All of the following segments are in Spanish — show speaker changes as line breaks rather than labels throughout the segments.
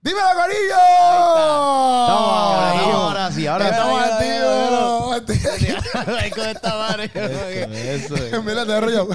¡Dímelo, Corillo!
Ahora, ahora sí, ahora
Estamos
sí.
activos. Estamos
Ay, con esta madre.
Eso,
activos.
eso.
Mira, te rollo.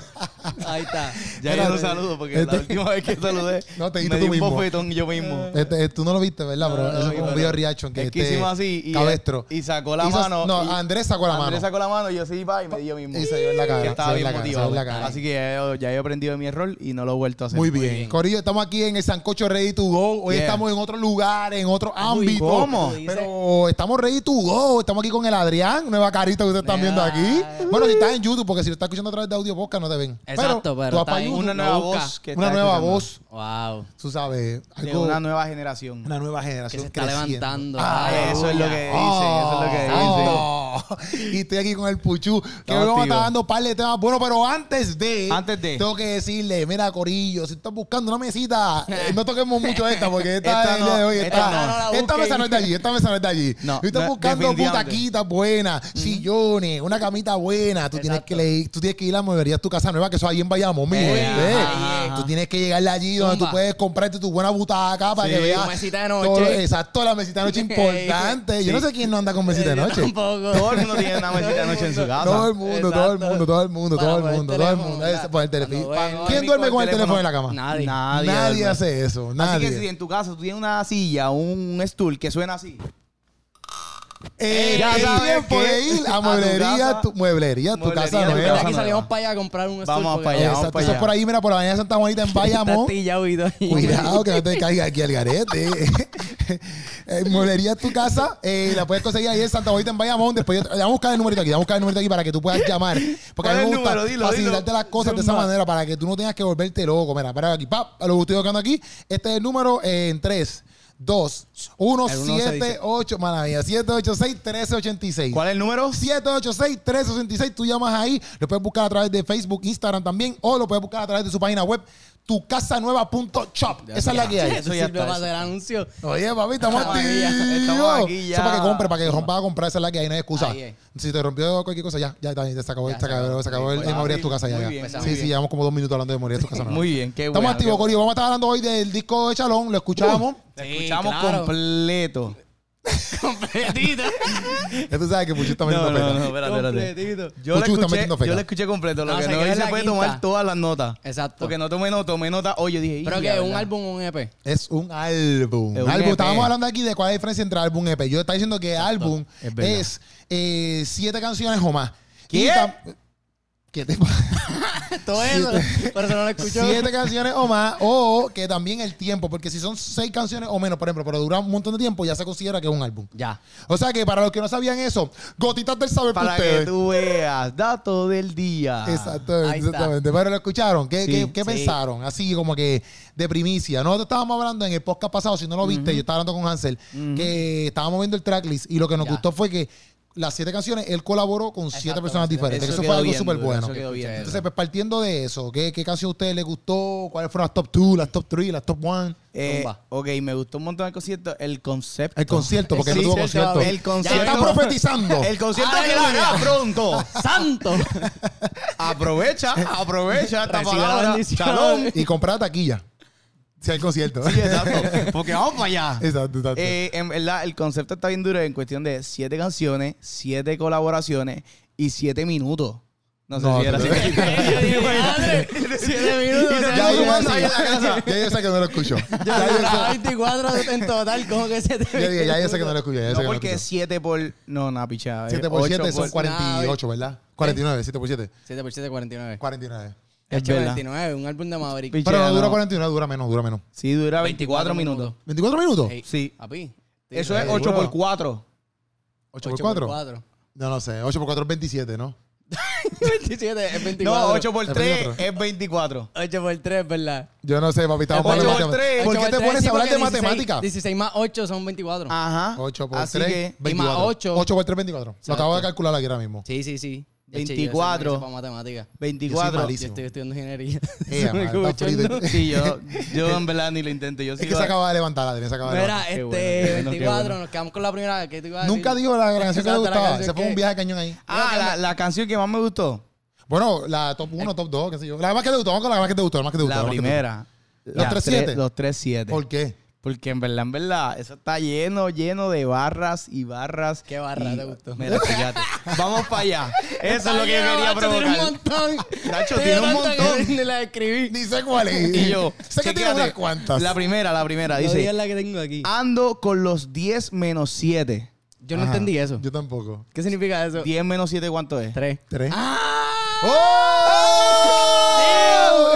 Ahí está.
Ya yo no saludo porque
Este-
la última vez que saludé
No, te diste
me
tú
di un
mismo.
bofetón yo mismo.
Este, eh, tú no lo viste, ¿verdad?
No,
Pero
no lo
eso
vi,
fue un
pero
video reaction que,
es que
este
hicimos así y,
Cabestro.
y sacó la
Hizo-
mano.
No,
y-
Andrés sacó la mano.
Andrés sacó la mano y yo sí, va y me dio mismo.
Y se dio en la cara,
Que estaba
se dio en la
bien
cara, se dio en la
motivado.
cara.
Así que ya, yo- ya yo he aprendido de mi error y no lo he vuelto a hacer.
Muy bien. Corillo, estamos aquí en el Sancocho Ready to Go. Hoy
Yeah.
estamos en otro lugar, en otro ámbito.
¿cómo?
Pero estamos ready to go. Estamos aquí con el Adrián, nueva carita que ustedes están viendo
Nueva.
aquí. Bueno, si estás en YouTube, porque si lo estás escuchando a través de audio podcast, no te ven.
Exacto, pero
tú vas
está
para
ahí.
YouTube,
Lo
Una nueva
busca.
voz. que
una
está
nueva
escuchando.
voz,
Wow.
tú sabes,
De
algo,
una nueva generación.
una nueva
Que
generación
se está
creciendo.
levantando.
Ah,
Ay,
eso es lo que dicen.
ah,
Eso es lo que dicen.
Oh, y estoy aquí con el Puchu, que hoy vamos a
activos.
estar dando par de temas. Bueno, pero antes de,
Antes de.
tengo que decirle, mira, Corillo, si estás buscando una mesita, eh, no toquemos mucho esta, porque esta,
Esta
es
no,
la de hoy,
esta
esta,
no la
esta
busquen.
mesa no es de allí, esta mesa no es de allí.
No,
si estás
no,
buscando
definitivamente.
butaquitas buenas, sillones, una camita buena, tú tienes,
Exacto.
que leer- tú tienes que ir a la mueblería tu casa nueva, que eso ahí en Bayamón, mi
Eh,
gente.
ahí, eh.
Tú tienes que llegarle allí donde
Zumba.
tú puedes comprarte tu buena butaca para
Sí,
que
tu
veas.
mesita de
todo
noche.
lo- Exacto, la mesita de noche importante. Yo no sé quién no anda con
Eh,
mesita de noche.
Tampoco.
Todo el mundo tiene una mesita de noche en su casa.
Todo el mundo, todo el
Exacto.
mundo, todo el mundo,
Para
todo el
poner
mundo,
el
todo el
teléfono,
mundo. Es-
ya.
Por el teléfono.
Cuando ven-
¿Quién duerme con el teléfono en la cama?
Nadie.
Nadie,
Nadie
duerme.
hace eso,
Así que si
nadie.
en tu casa tú tienes una silla, un stool que suena así.
Eh,
Ya
Es
sabes
tiempo
que-
de ir a
a tu
mueblería,
casa-
tu mueblería, tu
Mueblería,
casa
tu
De
casa
nueva.
aquí
nueva.
salimos para allá a comprar
Vamos
un stool,
para
porque-
allá, vamos
Exacto,
para
eso es
allá.
por ahí, mira, por la avenida Santa Juanita en Bayamón.
Está astillado y todo ahí.
Cuidado que no te caiga aquí al garete. Eh, Mueblería tu casa, eh, la puedes conseguir ahí en Santa Bonita en Bayamón. Después yo- vamos a buscar el numerito aquí, vamos a buscar el numerito aquí para que tú puedas llamar. Porque a mí
¿Cuál es
me
el
gusta
número? Dilo,
facilitarte
dilo.
las cosas de esa
Zumba.
manera para que tú no tengas que volverte loco. Mira, para aquí, pap, lo que estoy tocando aquí. Este es el número eh, en 3, 2, 1,
El uno se
7,
dice.
8, mala mía, 786 1386.
¿Cuál es el número?
786-366. Tú llamas ahí. Lo puedes buscar a través de Facebook, Instagram también. O lo puedes buscar a través de su página web, tucasanueva.shop. Esa es la que hay.
Eso
Eso ya
ya sirve
está,
para
eso.
hacer anuncios.
Oye, papi, estamos
Estamos aquí
activos.
ya,
estamos aquí ya.
Eso para que compre, para que rompa a comprar. Esa es la que hay. No hay excusa.
Ahí es.
Si te rompió cualquier cosa, ya, ya, ya, se acabó.
Ya
se
se
acabó.
acabó.
Se acabó.
Sí,
el-
pues,
el
ah,
morir es tu
muy
casa ya.
bien,
ya.
pues,
sí,
muy
sí,
bien.
llevamos como dos minutos hablando de morir es tu casa. ¿no?
Muy bien, qué bueno.
Estamos activos, Uh.
qué bueno.
Corio. Vamos a estar hablando hoy del disco de Chalón. Lo escuchamos.
Te
Sí,
escuchamos
claro.
completo.
Completito.
Ya Este tú sabes que Puchu está metiendo
No, no,
pena.
no, espérate, espérate. Yo
Completito.
Puchu está
lo escuché,
metiendo feca.
yo lo escuché completo. Lo
No,
que
se
no
quedó en
hice
la
fue
quinta.
tomar todas las notas.
Exacto.
Porque no tomé nota, tomé nota. Oye, dije.
Pero
"Ya,
que un
¿verdad?".
álbum o un E EP.
Es un álbum.
Es un E
álbum.
EP.
Estábamos hablando aquí de cuál es la diferencia entre álbum y EP. Yo estaba diciendo que álbum
Es verdad.
es, eh, siete canciones o más.
¿Qué?
Y tam- ¿Qué te pasa?
Todo eso. Por eso no lo escuchó.
siete canciones o más. O que también el tiempo. Porque si son seis canciones o menos, por ejemplo, pero dura un montón de tiempo, ya se considera que es un álbum.
Ya.
O sea que para los que no sabían eso, gotitas del saber para
Para que
ustedes.
tú veas, dato del día.
Exacto,
Ahí está.
exactamente. Pero lo escucharon. ¿Qué,
Ah, Sí,
qué- qué
sí.
pensaron? Así como que de primicia. Nosotros estábamos hablando en el podcast pasado, si no lo viste, yo estaba hablando con Hansel, que estábamos viendo el tracklist y lo que nos
Ya.
gustó fue que las siete canciones él colaboró con siete
Exacto,
personas
con siete.
diferentes. que Eso,
quedó
fue algo
bien
súper
duro,
bueno.
Eso quedó bien.
Escuché
Entonces, pues partiendo de eso, ¿qué, ¿qué canción a ustedes les gustó? ¿Cuáles fueron las top 2, las top 3, las top 1?
Eh,
Zumba.
ok, me gustó un montón el concierto. El concepto.
El concierto, porque
Sí,
no tuvo
sí,
concierto.
el
El
Se
concierto.
está profetizando.
El concierto
Ay,
que
mira.
dará pronto.
¡Santo!
Aprovecha, aprovecha esta
Recibe la
palabra.
bendición.
Shalom.
Y comprar taquilla. Si hay concierto.
Sí, exacto. Porque vamos para allá.
Exacto, exacto.
Eh, en verdad, el concepto está bien duro en cuestión de siete canciones, siete colaboraciones y siete minutos. No sé
No,
si era
tú-
así.
Yo dije, madre, Siete minutos.
Y
o
ya, yo
sea,
Estamos
voy a
fumando ahí en la
decir,
casa.
ya yo sé que no lo escucho. Ya yo sé-
Duraba 24 en total, como que se te
Ya, ya, ya, yo sé que no lo escuché. Ya yo sé
No,
que no lo
porque
escuché.
siete por. No, eh, una pichada.
7 por 7 son 48, ¿verdad? 49, 7 por 7.
7 por 7, 49.
49.
Es
Hecho
verdad.
29, un álbum de Maverick.
Piche,
Pero no dura
no.
49, dura menos, dura menos.
Sí, dura 24 minutos.
¿24 minutos?
Ey,
Sí.
Papi.
Eso es
sí,
8
seguro.
por 4.
8 por 4. No, no sé. 8 por 4 es 27, ¿no?
27 es 24.
No, 8 por
Es
3
24.
es 24.
8 por 3, ¿verdad?
Yo no sé, papi. Estamos
Ocho
hablando de
por
matemáticas.
tres.
Eh, ¿Por
Ocho
qué te
tres,
pones
sí,
a hablar de
porque 16
matemáticas?
16 más 8 son 24.
Ajá.
8 por
Así
3,
que-
Ah, Y más
24.
ocho.
8 por 3, 24. Lo acabo de
Exacto.
calcular aquí ahora mismo.
Sí, sí, sí. Ya, che, yo soy
24.
malísimo para matemáticas.
Yo
24.
soy
Yo estoy estudiando ingeniería.
Eh,
Soy
madre,
como
está frito.
chorno.
Sí, yo, yo en verdad ni lo intento. Yo
Es
sí
que
lo-
se acaba de levantar, Adrián. Se acaba de levantar.
Mira,
Qué
este,
bueno, qué bueno, qué
24,
bueno.
nos quedamos con la primera que te iba a decir.
Nunca dijo la canción que le
Exacto, la
gustaba.
canción
Se fue
que-
un viaje de cañón ahí.
Ah, la, la canción que más me gustó.
Bueno, la top 1, top 2, qué sé yo. La más que te gustó, vamos con la más que te gustó, la más que te gustó.
Eh. La
más que te gustó.
primera.
¿Los
Las
tres siete?
Los 3-7.
¿Por qué?
Porque en verdad, en verdad, eso está lleno, lleno de barras y barras.
¿Qué barra
y-
te gustó?
Mira, fíjate. Vamos para allá. Eso es lo que yo quería
Tiene un
provocar.
montón.
Nacho, tiene un
tanta que
montón.
Ni la escribí.
Ni sé cuál es.
Y yo,
Sé que tiene
chécate.
unas cuantas.
La primera, la primera.
Dice,
Dice,
es la que tengo aquí.
ando con los 10 menos 7.
Yo no
Ajá.
entendí eso.
Yo tampoco.
¿Qué significa eso? Ah.
10 menos 7, ¿cuánto es?
Tres.
Tres.
Ah.
¡Oh!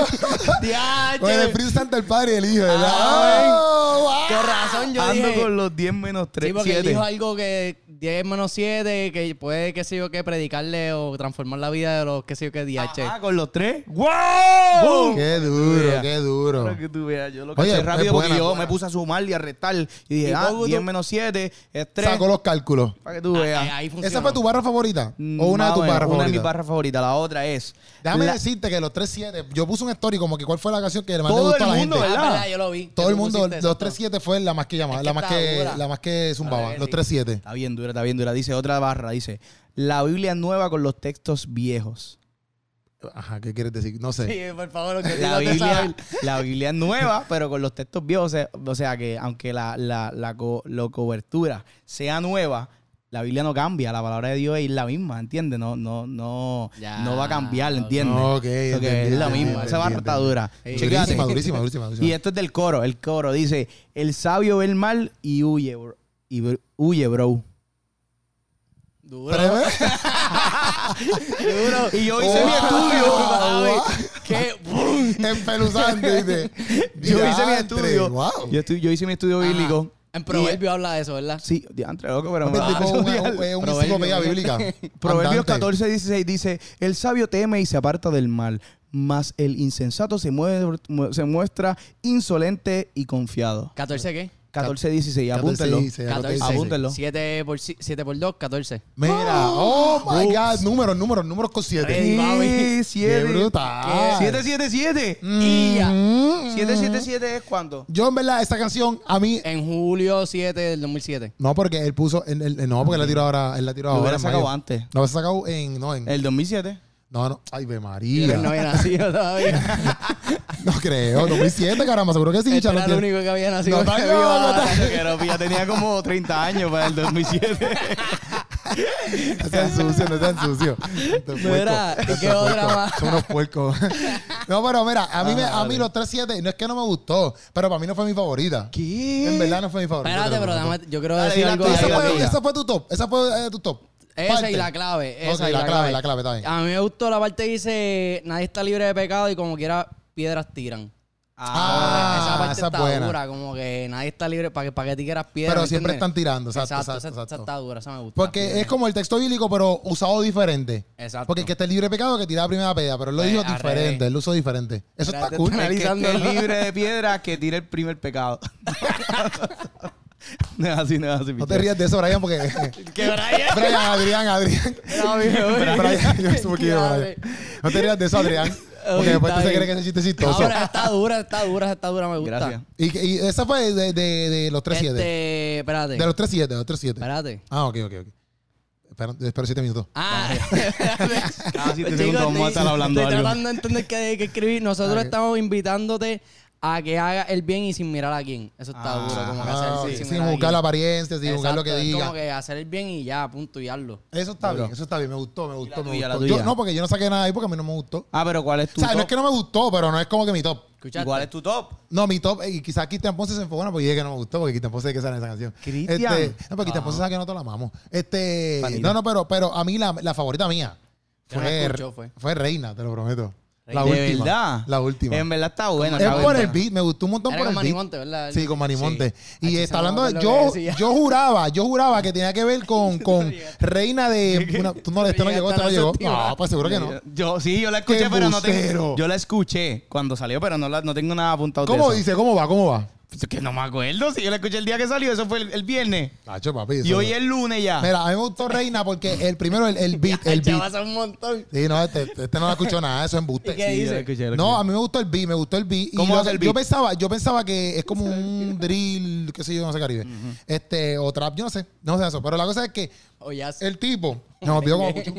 ¡Diache!
Con el Espíritu Santo, el Padre y el Hijo, ¿verdad?
Amén.
Oh, ah.
Con razón yo
Ando
dije...
con los 10 menos 3,
Sí, porque él
7.
dijo algo que 10 menos 7, que puede, qué sé yo, que predicarle o transformar la vida de los, qué sé yo, que DH.
Ah, con los 3.
¡Wow!
¡Boom!
¡Qué duro,
Mira.
qué duro!
Para que tú veas, yo lo
Oye,
caché
es
rápido porque
buena,
yo
buena.
me puse a sumar y a restar. Y dije,
¿Y
ah,
cómo tú-
10 menos 7 es 3.
Sacó los cálculos.
Para que tú
Ahí,
veas.
Ah, ahí funciona.
¿Esa fue tu barra favorita?
Mm,
¿O una de
más
tus
menos,
barras
Una de mis
favoritas?
barras favoritas. La otra es.
Déjame
la-
decirte que los 3-7, yo puse un story como que cuál fue la canción que más le
Todo
gustó a
el
la
mundo,
gente.
Ah,
¿verdad?
verdad, yo lo vi.
Todo
que
el
tú
mundo,
pusiste
los
eso.
3-7 fue la más que llamaba,
Es que
la, más
está
que,
dura.
la más que zumbaba,
Ahora que
los
sí.
3-7.
Está bien dura, está bien dura. Dice otra barra. Dice, la Biblia nueva con los textos viejos.
Ajá, ¿qué quieres decir? No sé.
Sí, por favor, lo que
La
digas de esa-
Biblia, la Biblia es nueva, pero con los textos viejos. O sea, o sea que aunque la, la, la, co- la cobertura sea nueva, la Biblia no cambia. La palabra de Dios es la misma, ¿entiendes? No, no, no,
Ya,
no va a cambiar, ¿entiendes?
Ok,
Lo que
entendí,
es la
entendí,
misma. Esa barra
entendí,
está dura.
entendí.
Chécate.
Durísima, durísima, durísima, durísima.
Y esto es del coro. El coro dice: El sabio ve el mal y huye, bro. Y br- huye, bro.
Duro.
Pero,
Duro.
Y yo hice mi
Wow.
estudio.
¿Qué?
Empeluzante, dice.
Yo hice mi
Diantre,
estudio.
Wow.
Yo, estu- yo hice mi estudio
Ajá.
bíblico.
En Proverbio habla de eso, ¿verdad?
Sí, diantre, loco, pero me
Este
va a
tipo es
estudiar.
un- es un
Proverbios,
enciclopedia
¿no?
bíblica.
Proverbios
Andante.
14, 16 dice: El sabio teme y se aparta del mal, mas el insensato se, mueve, mu- se muestra insolente y confiado.
¿14 qué?
14, 16,
14,
apúntelo.
16, 14,
14.
16.
Apúntenlo.
7 por, 7 por 2, 14.
Mira, oh, my
Ups.
God, números, números, números con 7.
Ey, mami.
Sí,
Qué
siete.
brutal.
777.
Y ya.
Mm.
777 es cuánto?
Yo en verdad esa canción a mí
En julio 7 del 2007.
no porque él puso él- él- no porque él la tiró ahora él la tiró
Lo
ahora
hubiera
en
sacado
mayo.
antes.
No se sacado en no en
El 2007.
no no ay ve
Yo
María.
Eh. no había nacido todavía.
No creo, 2007 caramba, seguro que sí,
Este
chalo.
era lo
tiene-
único que había nacido.
No,
que
está
vivo
loco,
ahora.
Pero ya tenía como 30 años para el 2007.
No sean sucios, no sean sucios. Estos
Mira,
puercos,
¿y
estos
qué otra
puercos,
más?
Son unos puercos. No, pero mira, a mí, me-
Ah,
a mí
vale.
los 3-7 no es que no me gustó, pero para mí no fue mi favorita.
¿Qué?
En verdad no fue mi favorita.
Espérate,
te lo
pero
prometo.
dame, yo quiero
Dale,
decir
dila
algo
tú,
de
dila
Esa
algo
tú,
fue,
aquí.
esa fue tu top, esa fue eh, tu top.
Esa y
Parte.
la clave. Ah, Esa
Ok,
y
la clave, la clave, está bien.
A mí me gustó la parte que dice, nadie está libre de pecado y como quiera, piedras tiran.
Ah,
esa parte
esa es
está
buena.
dura, como que nadie está libre para que, para que tiras piedras.
Pero
¿me
siempre
entiendes?
están tirando, exacto,
exacto,
exacto,
esa- esa
exacto.
está dura, esa me gusta.
Porque es como el texto bíblico, pero usado diferente.
Exacto.
Porque el que esté libre de pecado que tiraba primera peda, pero él lo
Pues,
dijo
al
diferente,
revés.
él lo usó diferente. Eso
Espérate,
está cool.
está
El que
analizando.
esté libre de piedra que tire el primer pecado. no es así, no es así.
No te rías de eso, Brian, porque.
Que Brian...
Brian, Adrián, Adrián.
No, mi bebé.
Brian, yo supo que iba, Brian. No te rías de eso, Adrián. Porque
Uy,
después
está
tú se
bien.
crees que ese chiste es chistoso.
Ahora está dura, está dura, está dura, me gusta.
Gracias.
Y, que- y esa fue de, de- de los 3-7.
Este, espérate.
De los 3-7, de los 3-7.
Espérate.
Ah, ok, ok, ok. Espera, espero 7 minutos.
Ah, espérate.
Ah,
Cada siete
Chicos,
segundos vamos a
estoy-
estar hablando
Estoy
algo.
tratando de entender qué hay que escribir. Nosotros
Ah, ok.
estamos invitándote a que hagas el bien y sin mirar a quién. Eso está
Ah,
duro, como que hacer
Ah,
el bien
ok.
sin
sin
mirar a
buscar la
quién.
apariencia, sin buscar lo que
Exacto, es
diga.
Como que hacer el bien y ya, punto, y hazlo.
Eso está
Duro.
bien, eso está bien. Me gustó, me gustó, me
tuya, la
gustó.
tuya.
Yo, no, porque yo no saqué nada ahí porque a mí no me gustó.
Ah, pero ¿cuál es tu
O sea,
top?
no es que no me gustó, pero no es como que mi top.
¿Escuchaste?
¿Cuál es tu top?
No, mi top, eh, y quizás Cristian Ponce se enfogó, porque dije que no me gustó, porque Cristian Ponce es que sale en esa canción.
Cristian.
Este, no, pero Cristian
Ah.
Ponce sabe que nosotros la amamos. Este,
Vanilla.
no, no, pero, pero a mí la, la favorita mía
Yo no
fue,
la escucho, fue.
fue Reina, te lo prometo. La
¿De
última.
verdad?
La última.
En verdad está buena.
es
está
por
buena.
el beat, me gustó un montón
Era
por
con
el beat.
Manimonte, ¿verdad?
Sí, con Manimonte.
Ay,
Y
sí, se
está
me
hablando de.
acuerdo lo que
Yo,
decía.
yo juraba, yo juraba que tenía que ver con, con Reina de. una- tú no, este no llegó, este no llegó. No, pues seguro que no.
Yo sí, yo la escuché,
¡Qué
pero no
embustero!
tengo. Yo la escuché cuando salió, pero no, la, no tengo nada apuntado. de
¿Cómo
eso.
dice? ¿Cómo va? ¿Cómo va?
Pues es que no me acuerdo. Si yo la escuché el día que salió, eso fue el, el viernes.
Tacho, papi.
Y
eso-
hoy es lunes ya.
Mira, a mí me gustó Reina porque el primero, el, el beat, el
El chaval
beat.
hace un montón.
Sí, no, este, este no la escuchó nada, eso es embuste.
¿Y qué
Sí, yo la
dice?
escuché, la escuché.
No, a mí me gustó el beat, me gustó el beat. Y
¿Cómo
lo-
hace el
Yo
beat?
pensaba, yo pensaba que es como un drill, qué sé yo, no sé Caribe. Este, o trap, yo no sé, no sé eso. Pero la cosa es que
O ya sé.
el tipo, no, olvidó cómo escuchó.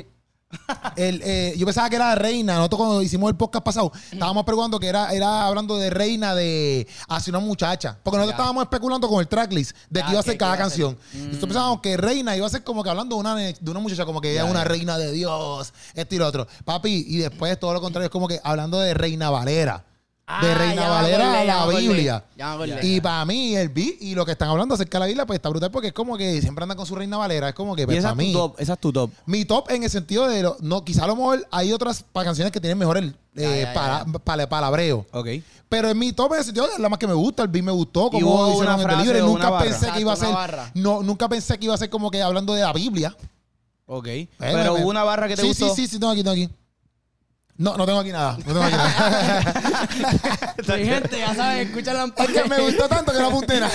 El, eh, yo pensaba que era reina. Nosotros cuando hicimos el podcast pasado,
Mm.
estábamos preguntando que era, era hablando de reina de hacia una muchacha. Porque nosotros
Ya.
estábamos especulando con el tracklist de que
Ya,
iba a ser
que- Mm.
cada
que iba a ser.
canción. Nosotros pensábamos que reina iba a ser como que hablando de una, ne- de una muchacha, como que ella es una reina de Dios, esto y lo otro. Papi, y después todo lo contrario, es como que hablando de reina Valera. De
Ah,
Reina
ya me
Valera a
acordé, ya
la
me acordé,
Biblia.
ya me acordé.
Y para mí, el beat y lo que están hablando acerca de la Biblia, pues está brutal porque es como que siempre andan con su Reina Valera. Es como que,
Y
pues,
esa
para
es, tu
mí.
top, esa es tu top.
Mi top en el sentido de, lo- no, quizá a lo mejor hay otras pa- canciones que tienen mejor el
Ya,
eh,
ya, ya,
para- pala- palabreo.
Ok.
Pero en mi top en el sentido de la más que me gusta, el beat me gustó, como
hubo
hicieron
una
en el
frase
libre.
o una
Nunca
barra.
pensé que iba a
Exacto,
ser,
una barra.
no, nunca pensé que iba a ser como que hablando de la Biblia.
Ok.
me-
Pero
me-
hubo una barra que te
sí,
gustó.
Sí, sí, sí, tengo aquí, tengo aquí. No, no tengo aquí nada. No tengo aquí nada.
Sí, gente, ya sabes, escucha la
es que me gustó tanto que no apunté nada.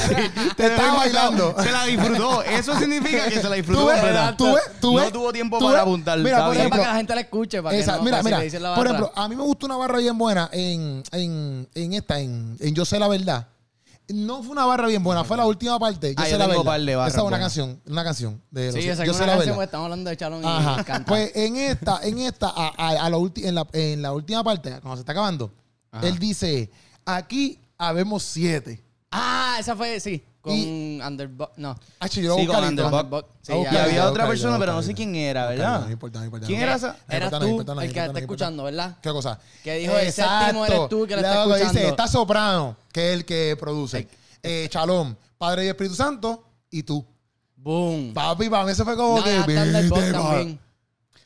Te estaba bailando.
Se la disfrutó. Eso significa que se la disfrutó.
Tú ves,
completa.
tú ves, tú ves,
No tuvo tiempo
tú
para
ves.
apuntar.
Mira,
está
por
bien.
ejemplo,
para que la gente la escuche. Para
Esa-
que no,
mira,
para si
mira.
le dicen la
Por
barra.
ejemplo, a mí me gustó una barra bien buena en, en, en esta, en, en Yo sé la verdad. No fue una barra bien buena, fue la última parte. Yo
Ah,
sé
yo
la
tengo
verdad.
par de barras
Esa es una
buenas.
canción, una canción de los-
sí, yo sé que
Yo
una
sé la
canción,
verdad.
estamos hablando de Chalón y
Ajá.
canta.
Pues en esta, en esta, a- a- a la ulti- en, la, en la última parte, cuando se está acabando,
Ajá.
él dice: aquí habemos siete.
ah, esa fue, sí, con
Y-
Underbug. No.
Ah, yo lo voy
Sí,
a
con
buscar ahorita.
Underbug.
Underbug. Sí,
Ah,
ya,
ok.
Y
ya.
había
Yo
otra
buscarlo,
persona, pero no
buscarlo.
sé quién era,
Buscarlo,
¿verdad?
No importa, no importa.
¿Quién era esa?
No
Eras
importa, no
tú
importa, no importa,
el que está
no importa.
escuchando, ¿verdad?
¿Qué cosa?
Que dijo, el séptimo eres tú que la está
Luego dice,
escuchando.
está Soprano, que es el que produce. Eh, Shalom, Padre y Espíritu Santo, y tú.
Boom.
Papi, para mí eso fue como
No,
que...
ya está Underbug
"Viste, pa-".
también.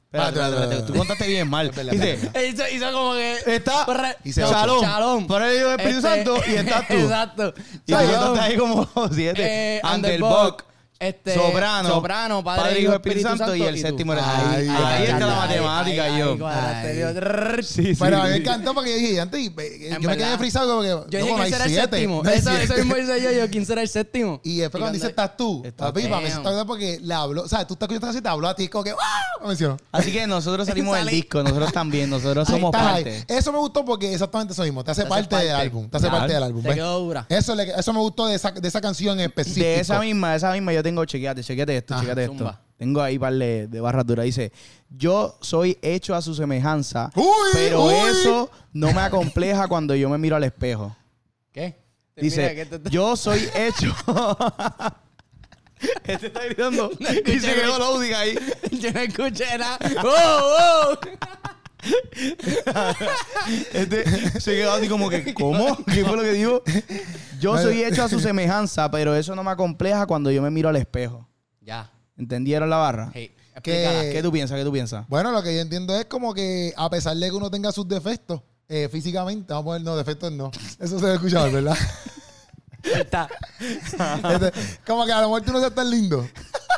Espérate, espérate,
Ah,
espérate. Tú contaste bien mal. Dice,
Eh, Hizo, hizo como que...
Está
Corre-
y se
Shalom.
Shalom.
Por el Dios del Espíritu
Este-
Santo y estás tú.
Exacto.
Y tú
Shalom.
estás ahí como siete.
Eh,
Underbug.
este,
Soprano,
Soprano, Padre,
Padre,
Hijo, Espíritu Santo,
y el
tú.
séptimo eres-
Ahí, ahí está la
matemática,
ahí,
yo.
ahí, cuadraste,
Ahí.
Dios. Rrrr.
Sí, sí.
Pero a mí me encantó porque yo dije, antes, y, eh, yo me
verdad.
quedé frisado porque...
Yo
loco,
dije
no hay
que será el
siete,
séptimo.
no hay
Eso, eso
siete.
mismo dice yo, yo, ¿quién será el séptimo?
Y después cuando dice, estás tú,
Estás
papi, para mí eso
Damn.
está brutal porque le habló... O sea, tú estás escuchando así, te habló a ti, como que... ¡Ah! Me mencionó.
Así que nosotros salimos del
Salí.
disco, nosotros también, nosotros
Ahí
somos
estás ahí.
parte.
Eso me gustó porque exactamente eso mismo. Te hace,
hace
parte, del
parte.
álbum. Te hace
Claro.
parte del álbum.
Te
¿ves? Eh,
quedó dura.
Eso, le- eso me gustó de esa, de esa canción específica.
De esa misma, de esa misma yo tengo, chequeate, chequeate esto,
Ajá,
chequeate esto.
Ah, zumba.
Tengo ahí par de, de barras duras. Dice, yo soy hecho a su semejanza,
Uy,
pero
uy.
eso no me acompleja cuando yo me miro al espejo.
¿Qué? Te mira que
Dice,
te- te-
yo soy hecho... este está gritando y se
escuché,
quedó
güey.
loading ahí.
Yo no escuché nada. ¡Oh, oh!
Este se quedó así como que, ¿cómo? ¿Qué fue lo que dijo? Yo soy hecho a su semejanza, pero eso no me acompleja cuando yo me miro al espejo.
Ya.
¿Entendieron la barra?
Hey, explícala.
Que-
¿Qué tú piensas? ¿Qué tú piensas?
Bueno, lo que yo entiendo es como que a pesar de que uno tenga sus defectos eh, físicamente, vamos a poner, no, defectos no. Eso se debe escuchar, ¿verdad?
Está.
Este, como que a lo mejor tú no seas tan lindo.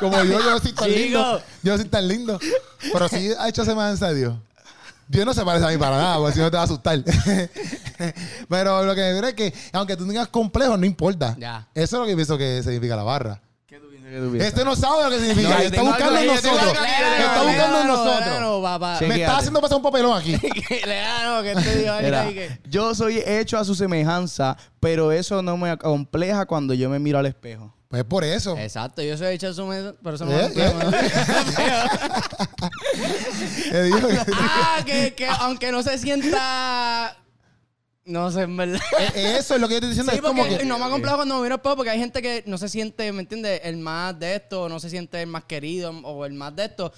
Como yo, yo no soy tan
Chico.
lindo. Yo no soy tan lindo. Pero sí ha hecho semejanza a Dios. Dios no se parece a mí para nada, porque si no te va a asustar. Pero lo que me viene es que, aunque tú tengas complejos, no importa.
Ya.
Eso es lo que pienso que significa la barra.
¿Qué tú piensas? ¿Qué tú piensas?
Este no sabe lo que significa.
No, yo
está
tengo
buscando en
algo ahí, yo tengo
nosotros.
algo ahí, yo tengo
Está
algo ahí.
buscando en nosotros.
Léalo, papá.
Sí.
Me
Chequéate.
está haciendo pasar un papelón aquí.
Léalo, que te digo ahorita y que...
Era, yo soy hecho a su semejanza, pero eso no me acompleja cuando yo me miro al espejo.
Pues por eso.
Exacto, yo soy hecho su mesa, pero eso no
¿Eh?
me enfermo, ¿no?
Te digo Eh, que-
Ah, que, que aunque no se sienta... No sé, en verdad.
Eh, Eso es lo que yo estoy diciendo.
Sí,
es como
porque
que.
no me ha comprado cuando me miro al pop porque hay gente que no se siente, ¿me entiendes? El más de esto, no se siente el más querido o el más de esto.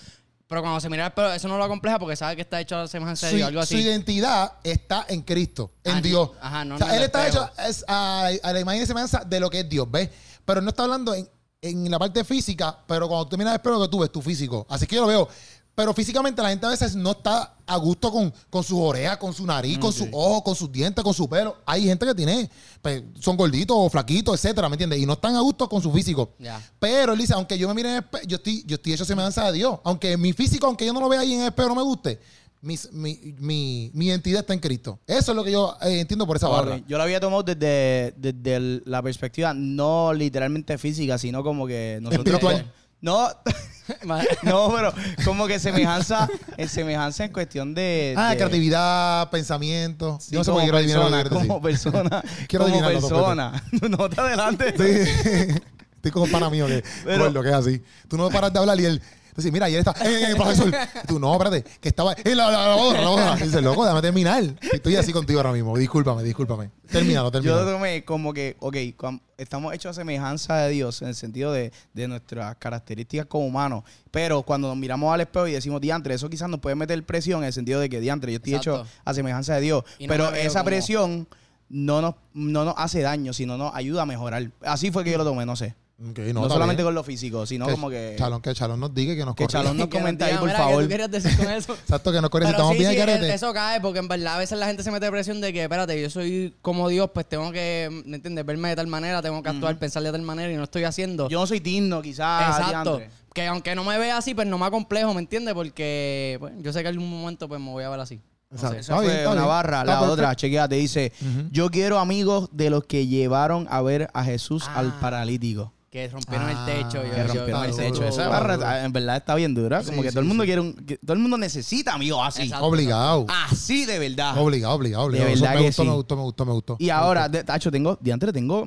Pero cuando se mira al pelo, eso no lo compleja porque sabe que está hecho a la semejanza de Dios, algo
Su, su
así.
identidad está en Cristo, en
Ah,
Dios.
ajá, no,
O sea,
no,
él
no,
está
pero-
hecho es a, a la imagen y semejanza de lo que es Dios, ¿ves? Pero no está hablando en, en la parte física, pero cuando tú miras el espejo que tú ves, tu físico. Así que yo lo veo. Pero físicamente la gente a veces no está a gusto con, con sus orejas, con su nariz, con sus ojos, con sus dientes, con su pelo. Hay gente que tiene, pues, son gorditos o flaquitos, etcétera, ¿me entiendes? Y no están a gusto con su físico.
Ya.
Pero él dice, aunque yo me mire en el espejo, yo estoy, yo estoy hecho semejanza de Dios. Aunque mi físico, aunque yo no lo vea ahí en el espejo, no me guste. mis- mi, mi, mi identidad está en Cristo. Eso es lo que yo eh, entiendo por esa barra.
Ok, Yo lo había tomado desde, desde el- la perspectiva no literalmente física, sino como que nosotros...
Espiritual.
No, no, pero como que semejanza, en semejanza en cuestión de...
Ah,
de-
creatividad, pensamiento.
Este, sí,
yo no sé
como
por qué quiero adivinar lo
persona,
que quieres
como persona,
Quiero
como
adivinarlo,
persona. No te adelantes.
decir. Sí. Estoy como un pana mío que,
Pero-
gordo, que es así. Tú no paras de hablar y él... Entonces, mira, ayer está, eh, eh, profesor. Y tú, no, espérate, que estaba, eh, la, la, la otra, la otra. Y dice, loco, déjame terminar. Estoy así contigo ahora mismo. Discúlpame, discúlpame. Termínalo,
Yo
termínalo.
lo tomé como que, ok, cuam- estamos hechos a semejanza de Dios en el sentido de, de nuestras características como humanos, pero cuando nos miramos al espejo y decimos diantre, eso quizás nos puede meter presión en el sentido de que diantre, yo estoy
Exacto.
hecho a semejanza de Dios,
Y no
pero
me veo
esa
como-
presión no nos, no nos hace daño, sino nos ayuda a mejorar. Así fue que yo lo tomé, no sé.
Ok,
No,
está
solamente
bien.
con lo físico, sino como que...
Chalón, que Chalón nos diga y que nos
Que
corrija.
Chalón nos
Que nos
comenta ahí,
diga,
por
mira, ¿qué tú
favor.
querías decir con eso?
Exacto, que nos corrija.
Pero
Estamos
sí,
bien,
sí,
carete.
Eso cae porque en verdad a veces la gente se mete presión de que, espérate, yo soy como Dios, pues tengo que, ¿me entiendes? Verme de tal manera, tengo que actuar, pensar de tal manera y no estoy haciendo.
Yo no soy digno, quizás.
Exacto.
diantre.
Que aunque no me vea así, pues no me complejo, ¿me entiendes? Porque pues, yo sé que en algún momento pues me voy a ver así. No sé.
Exacto.
Esa
Está bien,
fue
está
una
bien.
barra.
Está
la
perfecto.
otra, chequea, te dice:
Ujú.
Yo quiero amigos de los que llevaron a ver a Jesús
Ah.
al paralítico.
Que rompieron
Ah,
el techo. yo-
Que
yo-
rompieron el
está
techo.
duro,
Esa
está
barra
duro.
ah, en verdad está bien dura. Como
Sí,
que
sí,
todo el mundo
sí.
quiere un. que todo el mundo necesita amigos así.
Exacto.
Obligado.
Ah,
Así de verdad.
Obligado, obligado, obligado.
De
Eso
verdad
me
que
gustó,
sí.
me gustó, me gustó, me gustó.
Y ahora, de, Tacho, tengo. Diantre, tengo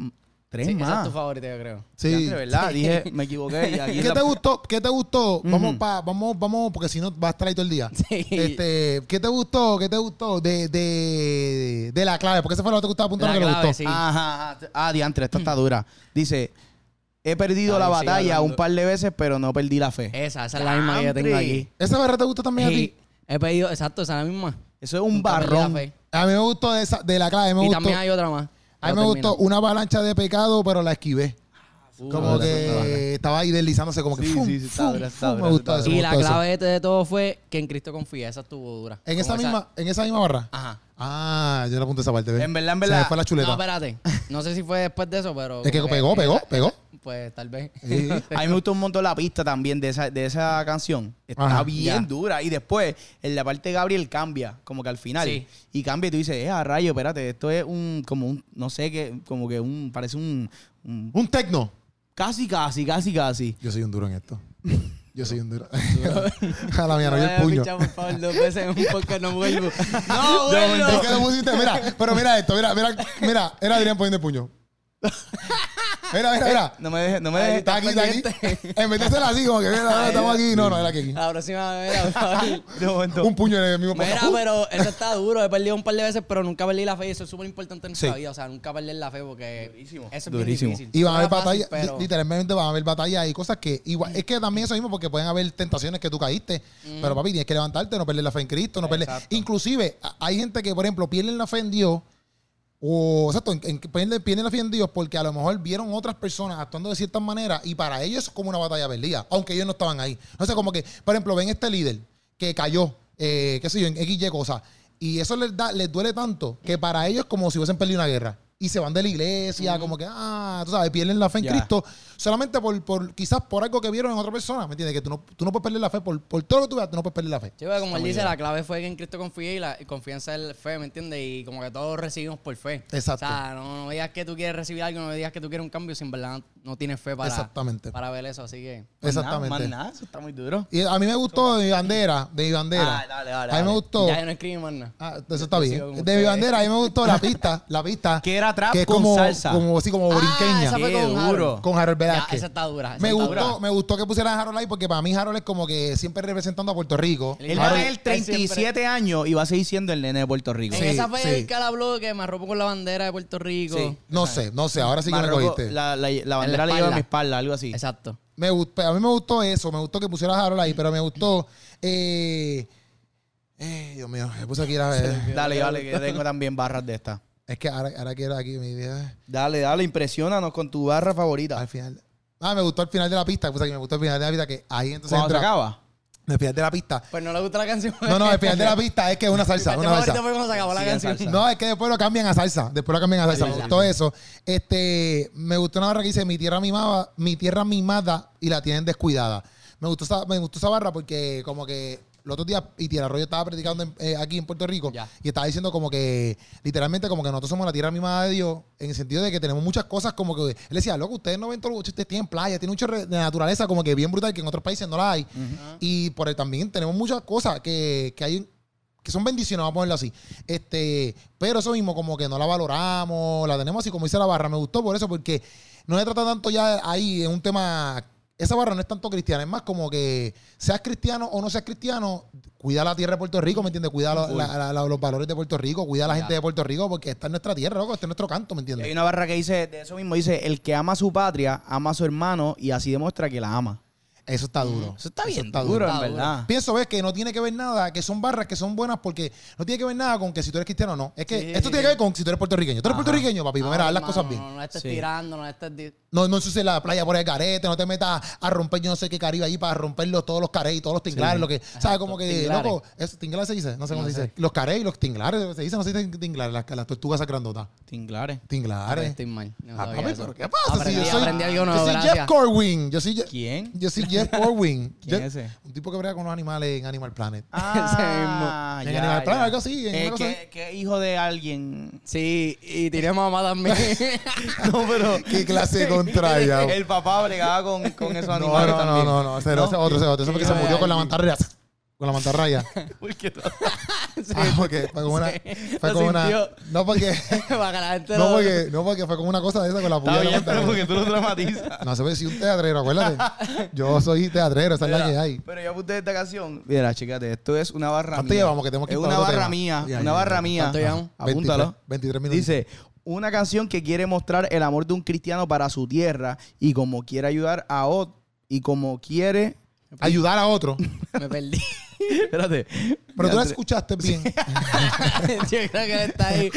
tres
Sí, esa es
más.
tu favorita, yo creo.
Sí.
Diantre, ¿verdad? Dije, me equivoqué. Y aquí
¿Qué
la-
te gustó? ¿Qué te gustó? Vamos
Ujú.
pa, vamos, vamos, porque si no vas a estar ahí todo el día.
Sí.
Este, ¿qué te gustó? ¿Qué te gustó? De, de, de la clave, porque esa fue la otra que estaba apuntando
La
que le
clave,
gustó.
sí.
Ajá, ajá. Ah, diantre, esta está dura. Dice: He perdido
Ay,
la
sigue
batalla
hablando. Eh,
un par de veces, pero no perdí la fe.
Esa, esa es la misma que yo tengo
Diantre.
aquí.
¿Esa barra te gustó también a
Sí,
ti?
he pedido, exacto, esa es la misma.
Eso es un
Nunca perdí la
barrón.
fe.
A mí me gustó de, esa, de la clave, me
y
gustó.
también hay otra más.
a mí me
Pero
gustó
termina.
una avalancha de pecado, pero la esquivé. como
Uh,
dura, está dura.
que estaba ahí deslizándose como que
Sí,
fum,
sí, sí, está
fum,
dura, está
fum,
dura,
me
está
gustó eso,
dura.
me
Y la
gustó eso.
clave de todo fue que en Cristo confía. Esa estuvo dura.
en
Como
esa misma en esa misma barra
Ajá.
ah yo le apunté esa parte ¿ves?
En verdad,
Se
en
me
verdad.
fue la
No,
chuleta
espérate. No sé si fue después de eso, pero.
es que
como
pegó pegó pegó
Pues tal vez.
Sí.
A mí me gustó un montón la pista también de esa, de esa canción. Está
Ajá.
bien
Ya.
dura. Y después, en la parte de Gabriel cambia, como que al final.
Sí.
Y cambia y tú dices, eh, a rayo, espérate, esto es un, como un, no sé qué, como que un, parece un, un-
un tecno
casi, casi, casi, casi.
yo soy un duro en esto yo soy un duro a la mía no yo el
vayas a
puño
escuchar, por favor, dos veces en un podcast no vuelvo. ¡No
De
vuelvo!
Es que lo pusiste, mira pero mira esto mira mira mira era Adrián poniendo el puño mira mira mira
No me dejes, no me
Ay,
dejes.
está aquí está aquí en vez de hacerla así como que mira, mira, estamos aquí no no era aquí
La próxima vez, por favor.
De momento.
un puño en el mismo
Mira,
¡Pum!
pero eso está duro. He perdido un par de veces, pero nunca perdí la fe. Y eso es súper importante en nuestra
Sí.
vida. O sea, nunca perder la fe porque
Durísimo.
eso es
Durísimo.
bien difícil.
Y van a
No
haber
era fácil,
batallas, li- literalmente van a haber batallas y cosas que igual, es que también eso mismo, porque pueden haber tentaciones que tú caíste, pero papi, tienes que levantarte, no perder la fe en Cristo, no perder.
Mm. Exacto.
Inclusive, a- hay gente que, por ejemplo, pierden la fe en Dios, o exacto, en- en- pierden, pierden la fe en Dios porque a lo mejor vieron otras personas actuando de cierta manera y para ellos es como una batalla perdida, aunque ellos no estaban ahí. No sé, como que, por ejemplo, ven este líder que cayó, eh, qué sé yo, en XY cosa, y eso les, da, les duele tanto que para ellos es como si hubiesen perdido una guerra. Y se van de la iglesia, como que, ah, tú sabes, pierden la fe en
Ya.
Cristo solamente por, por, quizás por algo que vieron en otra persona, ¿me entiendes? Que tú no, tú no puedes perder la fe, por, por todo lo que tú veas, tú no puedes perder la fe.
Sí, porque como él dice, la clave fue que en Cristo confié y la y confianza es fe, ¿me entiendes? Y como que todos recibimos por fe.
Exacto.
O sea, no, no digas que tú quieres recibir algo, no digas que tú quieres un cambio si en verdad no tienes fe para,
Exactamente.
para ver eso. Así que.
Más Pues nada,
Exactamente.
más nada, eso está muy duro.
Y a mí me gustó de mi bandera, de mi bandera.
Ah, dale, dale,
a mí
dale.
me gustó.
Ya yo no escribí más nada.
Ah, eso está
Yo sigo
bien.
como
De mi
ustedes.
bandera, a mí me gustó la pista, la pista.
Que era trap
es
con
como,
salsa.
Como así, como
Ah,
borinqueña.
esa fue
Qué
con Harold.
duro.
con Harold
Ya,
Velázquez.
esa está dura. esa
me
está
gustó,
dura.
me gustó que pusieran a Harold ahí porque para mí Harold es como que siempre representando a Puerto Rico.
El
Él va a
Harold-
tener 37 años y va a seguir siendo el nene de Puerto Rico.
En
Sí,
esa fue
sí.
el que él habló que me arropó con la bandera de Puerto Rico.
Sí.
no sé, no sé, ahora sí que me
Marroco,
cogiste.
la, la- la bandera la, lleva en
espalda.
mi espalda, algo así.
Exacto.
Me gust- pues, a mí me gustó eso, me gustó que pusieras a Harold ahí, pero me gustó. Eh, eh, Dios mío, me puse aquí la.
Dale, dale, que tengo también barras de estas.
es que ahora, ahora quiero aquí mi vida.
Dale, dale, impresionanos con tu barra
Al
favorita.
final. Ah, me gustó al final de la pista, puse aquí, me gustó el final de la pista que ahí entonces
Cuando se
entra.
acaba.
El final de la pista.
Pues no le gusta la canción.
No, no, el final de la pista es que es una salsa,
Mi
una
parte
salsa.
favorita fue cuando se acabó
Sí,
la
en
canción.
salsa.
No, es que después lo cambian a salsa. Después lo cambian a salsa.
Es
Me
verdad.
gustó eso. Este, me gustó una barra que dice mi tierra mimada, mi tierra mimada y la tienen descuidada. Me gustó esa, me gustó esa barra porque como que los otros días y Tierra Arroyo estaba predicando en- eh, aquí en Puerto Rico
Ya.
y estaba diciendo como que literalmente como que nosotros somos la tierra mimada de Dios en el sentido de que tenemos muchas cosas como que él decía loco ustedes no ven todo lo que ustedes tienen playa tienen mucho de naturaleza como que bien brutal que en otros países no la hay y por el- también tenemos muchas cosas que, que hay que son bendiciones, vamos a ponerlo así. Este, pero eso mismo, como que no la valoramos, la tenemos así como dice la barra. Me gustó por eso, porque no se trata tanto ya ahí en un tema esa barra no es tanto cristiana, es más como que seas cristiano o no seas cristiano, cuida la tierra de Puerto Rico, ¿me entiendes? Cuida la- la- la- la- los valores de Puerto Rico, cuida a la gente de Puerto Rico, porque está en nuestra tierra, loco, está en nuestro canto, ¿me
Y Hay
entiendes?
una barra que dice, de eso mismo, dice, el que ama a su patria, ama a su hermano y así demuestra que la ama.
Eso está duro.
Eso está bien
está
duro,
duro.
en
Está duro.
verdad.
Pienso, ves, que no tiene que ver nada, que son barras que son buenas porque no tiene que ver nada con que si tú eres cristiano o no. Es que
Sí.
esto tiene que ver con si tú eres puertorriqueño. Tú eres
Ajá.
puertorriqueño, papi, pues
No,
mira, haz las
hermano,
cosas bien.
No, no estés
Sí.
tirando, no estés... di-
No, no ensucies la playa por el carete, no te metas a romper yo no sé qué caribe ahí para romper los- todos los caretes y todos los tinglares, lo que, ¿sabes? Como que,
tinglares.
loco, eso, tinglares se dice, no sé cómo
No
se
sé.
dice. Los caretes y los tinglares, se dice, no se dicen tinglares, las, las tortugas esas grandotas.
Tinglares.
Tinglares.
Estoy mal. No
Ah,
sabía
papi,
eso.
pero ¿qué pasa?
Aprendí,
si yo soy,
aprendí algo
yo
nuevo,
soy Jeff
gracias.
Corwin, yo soy, Je-
¿Quién?
yo soy Jeff Corwin.
¿Quién
Yo-
es ese?
Un tipo que brega con los animales en Animal Planet.
Ah,
En Animal Planet, algo así, en
Eh,
una cosa
¿qué, qué hijo de alguien?
Sí, y tiré mamá también.
No, pero...
¿Qué clase de contraria?
el papá bregaba con, con esos
No,
animales
no, no,
también.
no, no, ese era- ese otro, ese otro. Eso porque se
yo-
murió con la mantarraya. Con la mantarraya.
Porque
Ah, porque fue como una. Fue
lo
como una.
sintió.
No porque,
Para que la gente
no,
lo-
porque, no, porque fue como una cosa de esa con la
Está
puya de la
bien, pero
mantarraya.
porque tú lo traumatizas.
No, se ve si un teatrero, acuérdate. Yo soy teatrero, esa es la que hay.
Pero yo puse esta canción. Mira, chécate, esto es una barra
¿Cuánto
mía.
llevamos? Que tenemos que
es
ir para
una
otro
barra
tema.
mía,
Ya, ya,
una
ya.
barra mía.
¿Cuánto llevamos?
Apúntalo.
23, 23 minutos.
Dice, una canción que quiere mostrar el amor de un cristiano para su tierra y como quiere ayudar a otro y como quiere...
Ayudar a otro.
Me perdí.
Espérate.
Pero tú la
Diantre.
escuchaste bien.
Yo creo que él está ahí.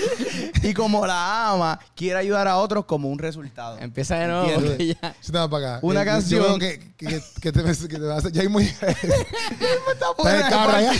Y como la ama, quiere ayudar a otros como un resultado.
Empieza de nuevo
Entiendo.
porque ya...
Sí, nada, para acá. Eh,
Una
Yo- yo
canción.
veo que, que, que te, que te va a hacer. Ya hay muy. Está en el carro allá.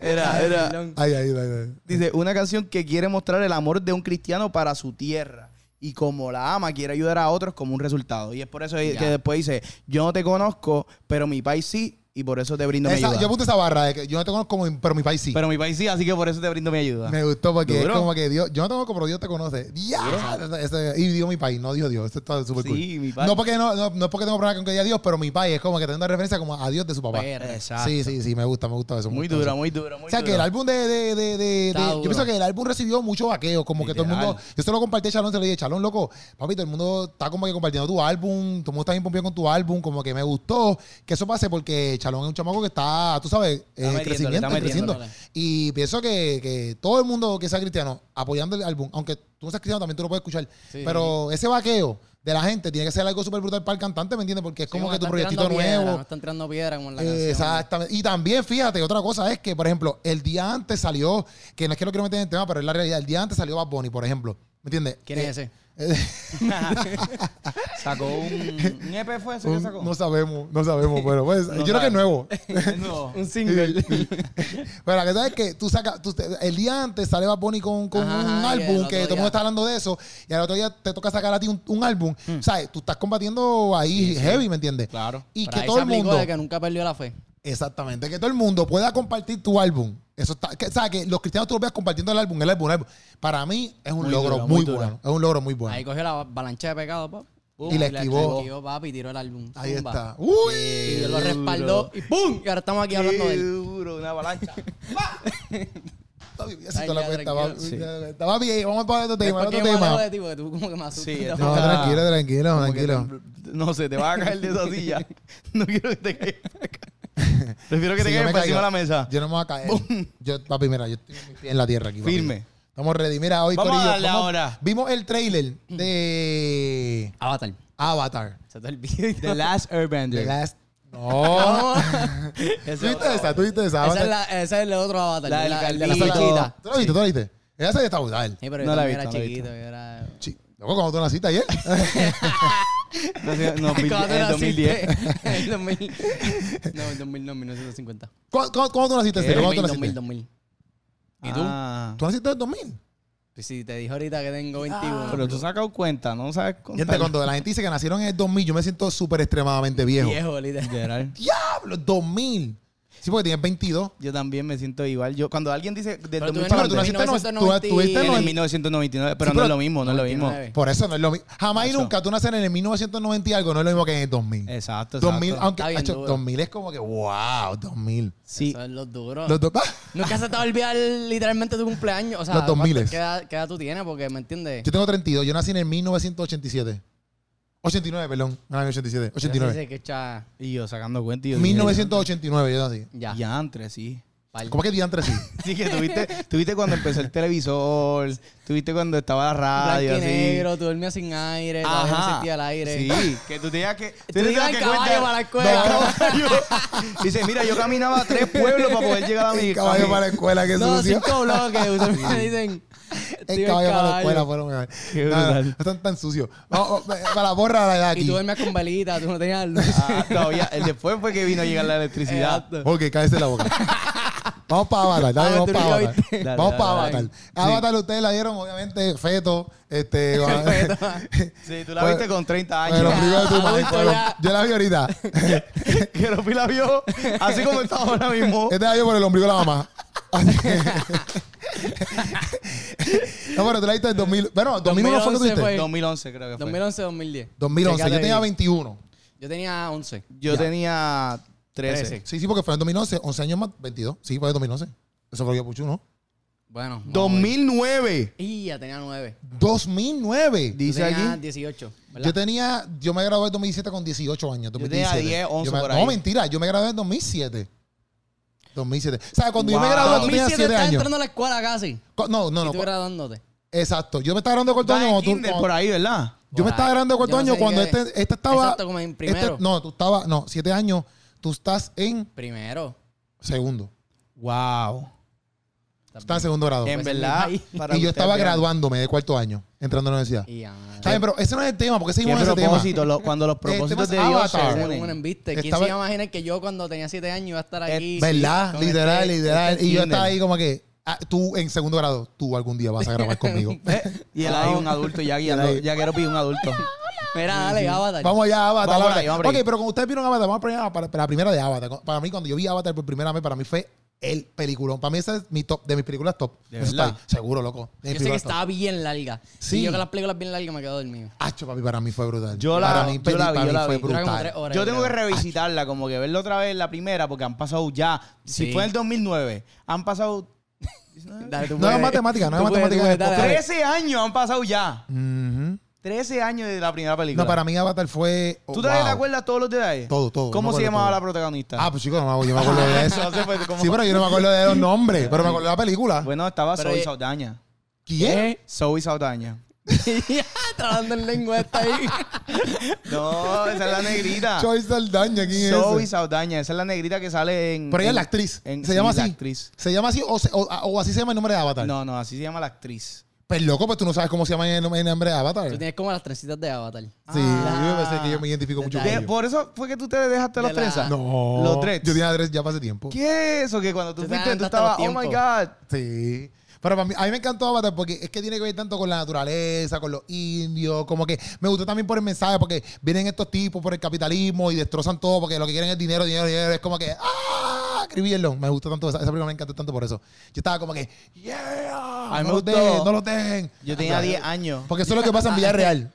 Era, era.
Ay, ay, ay, ay.
Dice, una canción que quiere mostrar el amor de un cristiano para su tierra. Y como la ama, quiere ayudar a otros como un resultado. Y es por eso
Ya.
que después dice, yo no te conozco, pero mi país sí, y por eso te brindo mi
Esa-
ayuda.
yo puse esa barra de que yo no te conozco, como- pero mi país sí.
Pero mi país sí, así que por eso te brindo mi ayuda.
Me gustó porque
Duro.
es como que Dios, yo no tengo como pero Dios te conoce. ¡Ya! Ese- ese- y digo mi país, no dijo Dios. Esto está súper
Sí,
cool.
mi país.
No porque no, no, no es porque tengo problema con que diga Dios, pero mi país es como que tengo una referencia como a Dios de su papá.
Perra.
Exacto.
Sí, sí, sí, me gusta, me gusta eso. me
Muy
gusta
dura,
eso.
muy dura, muy
O sea que el
dura.
álbum de, de, de, de-
Está
de- yo
duro.
pienso que el álbum recibió mucho vaqueo, como que todo el
Literal.
mundo, yo se lo compartí a Chalón, se lo dije, Chalón, loco, papi, todo el mundo está como que compartiendo tu álbum, todo el mundo está bien pompeado con tu álbum, como que me gustó, que eso pase porque Chalón es un chamaco que está, tú sabes, en
metiéndole,
crecimiento,
está
en creciendo.
metiéndole.
Y pienso que, que todo el mundo que sea cristiano apoyando el álbum, aunque tú no seas cristiano también tú lo puedes escuchar,
Sí.
pero ese vaqueo de la gente tiene que ser algo súper brutal para el cantante, ¿me entiendes? Porque es
Sí,
como
nos
que tu
están
proyectito
tirando piedra,
nuevo. Eh,
nos están tirando piedra como en la canción.
Exactamente. Y también, fíjate, otra cosa es que, por ejemplo, el día antes salió, que no es que lo quiero meter en el tema, pero es la realidad, el día antes salió Bad Bunny, por ejemplo. ¿Me entiendes? Eh,
¿Quién es ese?
Sacó un... ¿Un EP fue ese que sacó?
No sabemos, no sabemos, pero pues, yo creo que es nuevo.
No.
Un single.
Pero la cosa es que tú sacas, tú te- el día antes sale Bad Bunny con, con
Ajá,
un
ajá, y el
álbum
otro
que todo el
día.
mundo está hablando de eso, y al otro día te toca sacar a ti un, un álbum.
Mm.
¿Sabes? Tú estás combatiendo ahí heavy, ¿me entiendes?
Claro.
Y
Pero
que
ahí
todo
se
el
aplicó
mundo.
de que nunca perdió la fe.
Exactamente, que todo el mundo pueda compartir tu álbum. Eso está, que, o sea, que los cristianos tú los veas compartiendo el álbum, el álbum, el álbum. Para mí es un
Muy
logro
duro,
muy,
muy duro.
bueno. Es un logro muy bueno.
Ahí cogió la avalancha de pecado, pop. Pum,
Y la
la
esquivó.
papi, y tiró el álbum.
Ahí
Zumba.
está. Uy.
Y Dios lo respaldó y ¡pum! Y ahora estamos aquí hablando de
Qué
él.
duro, una avalancha.
Papi, así
Ay,
toda la
ya,
cuenta,
tranquilo.
papi.
Sí.
Ya, está, papi, eh, vamos para otro
Es
tema,
porque
otro
yo me alejo
tema.
de ti, porque tú como que me asustas.
Sí, este-
No,
Está-
tranquilo, tranquilo,
Como que
tranquilo.
te- no sé, te vas a caer de esa silla. No quiero que te caigas para acá. Prefiero que te
Si yo
caigas
me
para encima de
caigo,
la mesa.
Yo no me voy a caer. Yo, papi, mira, yo estoy con mis pies en la tierra aquí. papi.
Firme.
Estamos ready. Mira, hoy
Vamos a
Corillo,
darle ahora.
Vimos el trailer de
Avatar.
Avatar.
Se te olvidó.
The Last Airbender.
The Last. No. ¿Tuviste esa? ¿Tuviste esa?
Esa
Avatar.
es, la, esa es el otro avatar.
La del
¿verdad? el de
Esa
la
la-
chiquita.
¿Tú la viste? ¿Tú la viste? Esa serie está brutal.
Sí, pero
No
yo
la
también
he
era
visto, no la he
chiquito. Yo era...
Sí. Loco, cuando tú naciste ayer.
No, mil-
¿Cuándo
en el
naciste?
2010.
El 2000. No, el 2000 no, 1950.
¿Cuándo, cuándo- cuándo tú naciste? en
El
serio? ¿Cuándo
2000,
tú naciste?
2000, 2000. ¿Y tú?
Ah.
¿Tú naciste en el 2000?
Pues sí, te dije ahorita que tengo 21.
Ah. Pero tú sacas cuenta, no sabes contar.
Gente, cuando la gente dice que nacieron en el 2000, yo me siento súper extremadamente viejo.
Viejo, literal.
Literal.
¡Diablo! ¡2000! Sí, porque tienes 22.
Yo también me siento igual. Yo, cuando alguien dice de
Pero
2000
tú eres
para
Pero tú
adelante,
naciste en
1990.
tú- tú naciste en
en el
90.
1999, pero
Sí,
no es
pero-
lo mismo, no es lo mismo.
99.
Por eso no es lo mismo. Jamás y
Eso.
nunca tú naces en el 1990 y algo, no es lo mismo que en el 2000.
Exacto, exacto.
2000, aunque
Está bien
hecho,
duro.
2000 es como que, wow, 2000.
Sí.
Eso es lo duro.
Los dos- ah,
Nunca se te va a olvidar literalmente tu cumpleaños. O sea,
Los 2000s.
¿cuánto- ¿qué edad, qué edad tú tienes? Porque, ¿me entiendes?
Yo tengo 32, yo nací en el 1987. 89, perdón. Ah, No, 87. 89.
que echa...
Y yo sacando cuenta. Y yo dije,
1989, yo así.
Ya.
Ya, entre sí.
Pal.
¿Cómo que diantre sí?
Sí, que tuviste, tuviste cuando empezó el televisor, tuviste cuando estaba la
Blanco y
radio, así.
negro, tú dormías sin aire, todavía no sentía el aire.
Sí, que tú tenías que.
Tú te ibas en caballo para la escuela.
No. Dice, mira, yo caminaba a tres pueblos para poder llegar a mi.
En caballo
a mi-
para la escuela, que
No,
sucio.
cinco bloques. Ustedes me dicen. estoy
En caballo para la escuela, fue lo mejor.
Qué
No, no,
brutal.
no están tan sucios. Vamos, vamos, para la borra la edad
Y tú
aquí.
dormías con velita, tú no tenías luz.
Ah, todavía, el después fue que vino a llegar la electricidad.
Exacto.
Ok, cállese la boca. Vamos para Avatar, dale,
Ah,
vamos
tú
para
nunca
Avatar.
viste.
Dale,
vamos
dale,
para
dale.
Avatar. Avatar ustedes la dieron, obviamente, feto. Este,
Sí, tú la viste con 30 años.
Pero primero tú,
Adulto
Mike, pero-
ya.
Yo la vi ahorita.
que Lopi la vio así como está ahora mismo.
Eh,
Este año por el ombligo de la mamá. no, bueno, tú la viste en 2000. Bueno, 2001 fue que
2011
tuviste.
fue.
2011 creo que fue.
2011, 2010.
2011. Yo
Fíjate
tenía
ahí.
21.
Yo tenía 11.
Yo tenía 13.
Trece.
Sí, sí, porque fue en 2011. 11 años más, 22. Sí, fue en 2011. Eso fue lo que yo pucho, ¿no?
Bueno. vamos a ver.
2009.
Y ya tenía 9.
2009.
Dice
yo tenía
aquí.
18. ¿verdad?
Yo tenía, yo me gradué en 2007 con 18 años.
tenía
2017.
10, 11
me-
por
No,
ahí.
mentira, yo me gradué en 2007. 2007. O sea, cuando yo me
Wow.
gradué, tú tenías
2007
7
estás
años. pues,
entrando a la escuela casi.
Co- No, no,
y
no.
tú
co-
graduándote.
Exacto. Yo me estaba graduando de cuarto
Estaba en
año. cuando tú-
kinder
cuando-
por ahí, ¿verdad?
yo me
Por
estaba
ahí.
graduando de cuarto
Yo no
año
sé
cuando
qué-
este, este estaba.
Exacto, como en
este-
primero.
no, tú estabas. No, 7 años. Tú estás en
Primero.
segundo.
Wow.
Tú estás en segundo grado.
En
Pues,
verdad.
ahí.
para
y yo
usted
estaba
ver.
graduándome de cuarto año, entrando a la universidad.
Y ya.
Está bien, pero ese no es el tema, porque
¿Qué
seguimos en ese tema.
propósito? Lo- cuando los propósitos
más
de Dios se
Avatar.
Según
unen.
un embiste. ¿Quién
Estaba-
se iba a imaginar que yo cuando tenía 7 años iba a
Eh,
estar aquí?
¿Verdad?
con
literal,
este-
literal.
este
y yo
kinder.
estaba ahí como que, ah, tú en segundo grado, tú algún día vas a grabar conmigo.
Eh, Y él ahí un adulto, ya guiando. Ya quiero pedir un adulto.
Mira, dale, Avatar.
Vamos allá, Avatar.
Vamos por
Avatar.
ahí, vamos por ahí.
ok, pero como ustedes vieron Avatar, vamos a poner a- para, para la primera de Avatar. Para mí, cuando yo vi Avatar por primera vez, para mí fue el peliculón. Para mí, esa es mi top, de mis películas top.
¿De
Eso está
verdad?
ahí, seguro, loco. De mis
Yo sé que
películas top.
estaba bien larga.
Sí.
Y yo con las películas bien largas me quedo dormido.
Acho, papi, para mí fue brutal.
Yo la-
para mí,
yo la
para
vi, yo
mí
la
fue
vi. Dura
como tres
brutal.
horas. Ahora
Yo
yo
tengo que
creo.
revisitarla, como que verla otra vez la primera, porque han pasado ya. Si
Sí.
fue en el 2009, han pasado
Dale, tú
No
puedes.
es matemática, no es
Tú puedes,
matemática
tú puedes,
de
dale, dale.
13 años, han pasado ya.
Ujú.
13 años de la primera película.
No, para mí Avatar fue. oh,
¿Tú todavía
wow.
te acuerdas todos los detalles?
Todo, todo.
¿Cómo
Yo me acuerdo
se llamaba
todo.
la protagonista?
Ah, pues chicos, no me acuerdo, yo me acuerdo de eso.
Entonces, pues, ¿cómo?
Sí, pero yo no me acuerdo de los nombres, pero me acuerdo de la película.
Bueno, estaba
Pero,
Zoe
eh,
Saldaña.
¿Quién?
Zoe Saldaña.
Ya, Trabajando en lengua esta ahí.
No, esa es la negrita.
Joy Saldaña, ¿quién es?
Zoe
ese?
Saldaña. Esa es la negrita que sale en...
Pero ella es
en-
la actriz.
en-
se
sí,
llama
la
así.
actriz.
Se llama así o, se- o- o así se llama el nombre de Avatar.
No, no, así se llama la actriz.
Pues loco, pues tú no sabes cómo se llama el, nom- el nombre de Avatar.
Tú tienes como las trencitas de Avatar.
Sí,
Ah.
yo pensé que yo me identifico mucho con
De-
ellos.
por eso fue que tú te dejaste
De
los
la-
trenzas.
No.
Los dreads.
Yo tenía tres ya hace tiempo.
¿Qué es eso? Que cuando tú
Te
fuiste, tú
adelantaste a
estabas,
los
oh my
tiempos.
God.
Sí. Pero para mí, a mí me encantó Avatar porque es que tiene que ver tanto con la naturaleza, con los indios, como que me gustó también por el mensaje, porque vienen estos tipos por el capitalismo y destrozan todo, porque lo que quieren es dinero, dinero, dinero, es como que, ¡ah! Escribirlo. Me gustó tanto, esa, esa película me encantó tanto por eso. Yo estaba como que, ¡yeah!
A
no
mí me
los
gustó.
dejen, no los dejen.
Yo tenía 10 años.
Porque eso es lo que pasa en Villarreal.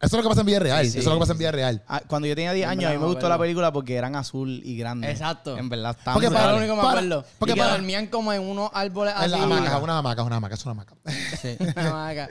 Eso es lo que pasa en Villarreal.
Sí, sí,
eso es lo que pasa en
sí,
Villarreal.
Ah, Cuando yo tenía 10
En
años,
verdad
a mí me
no me
gustó la
acuerdo.
película porque eran azul y grandes.
Exacto.
En verdad, estaban
Porque
Eso era
para-
lo
brutales.
único que me
para-
acuerdo.
porque
y que
para-
dormían como en unos árboles así.
Es la hamaca, es una hamaca, es una hamaca, es una hamaca.
Una hamaca.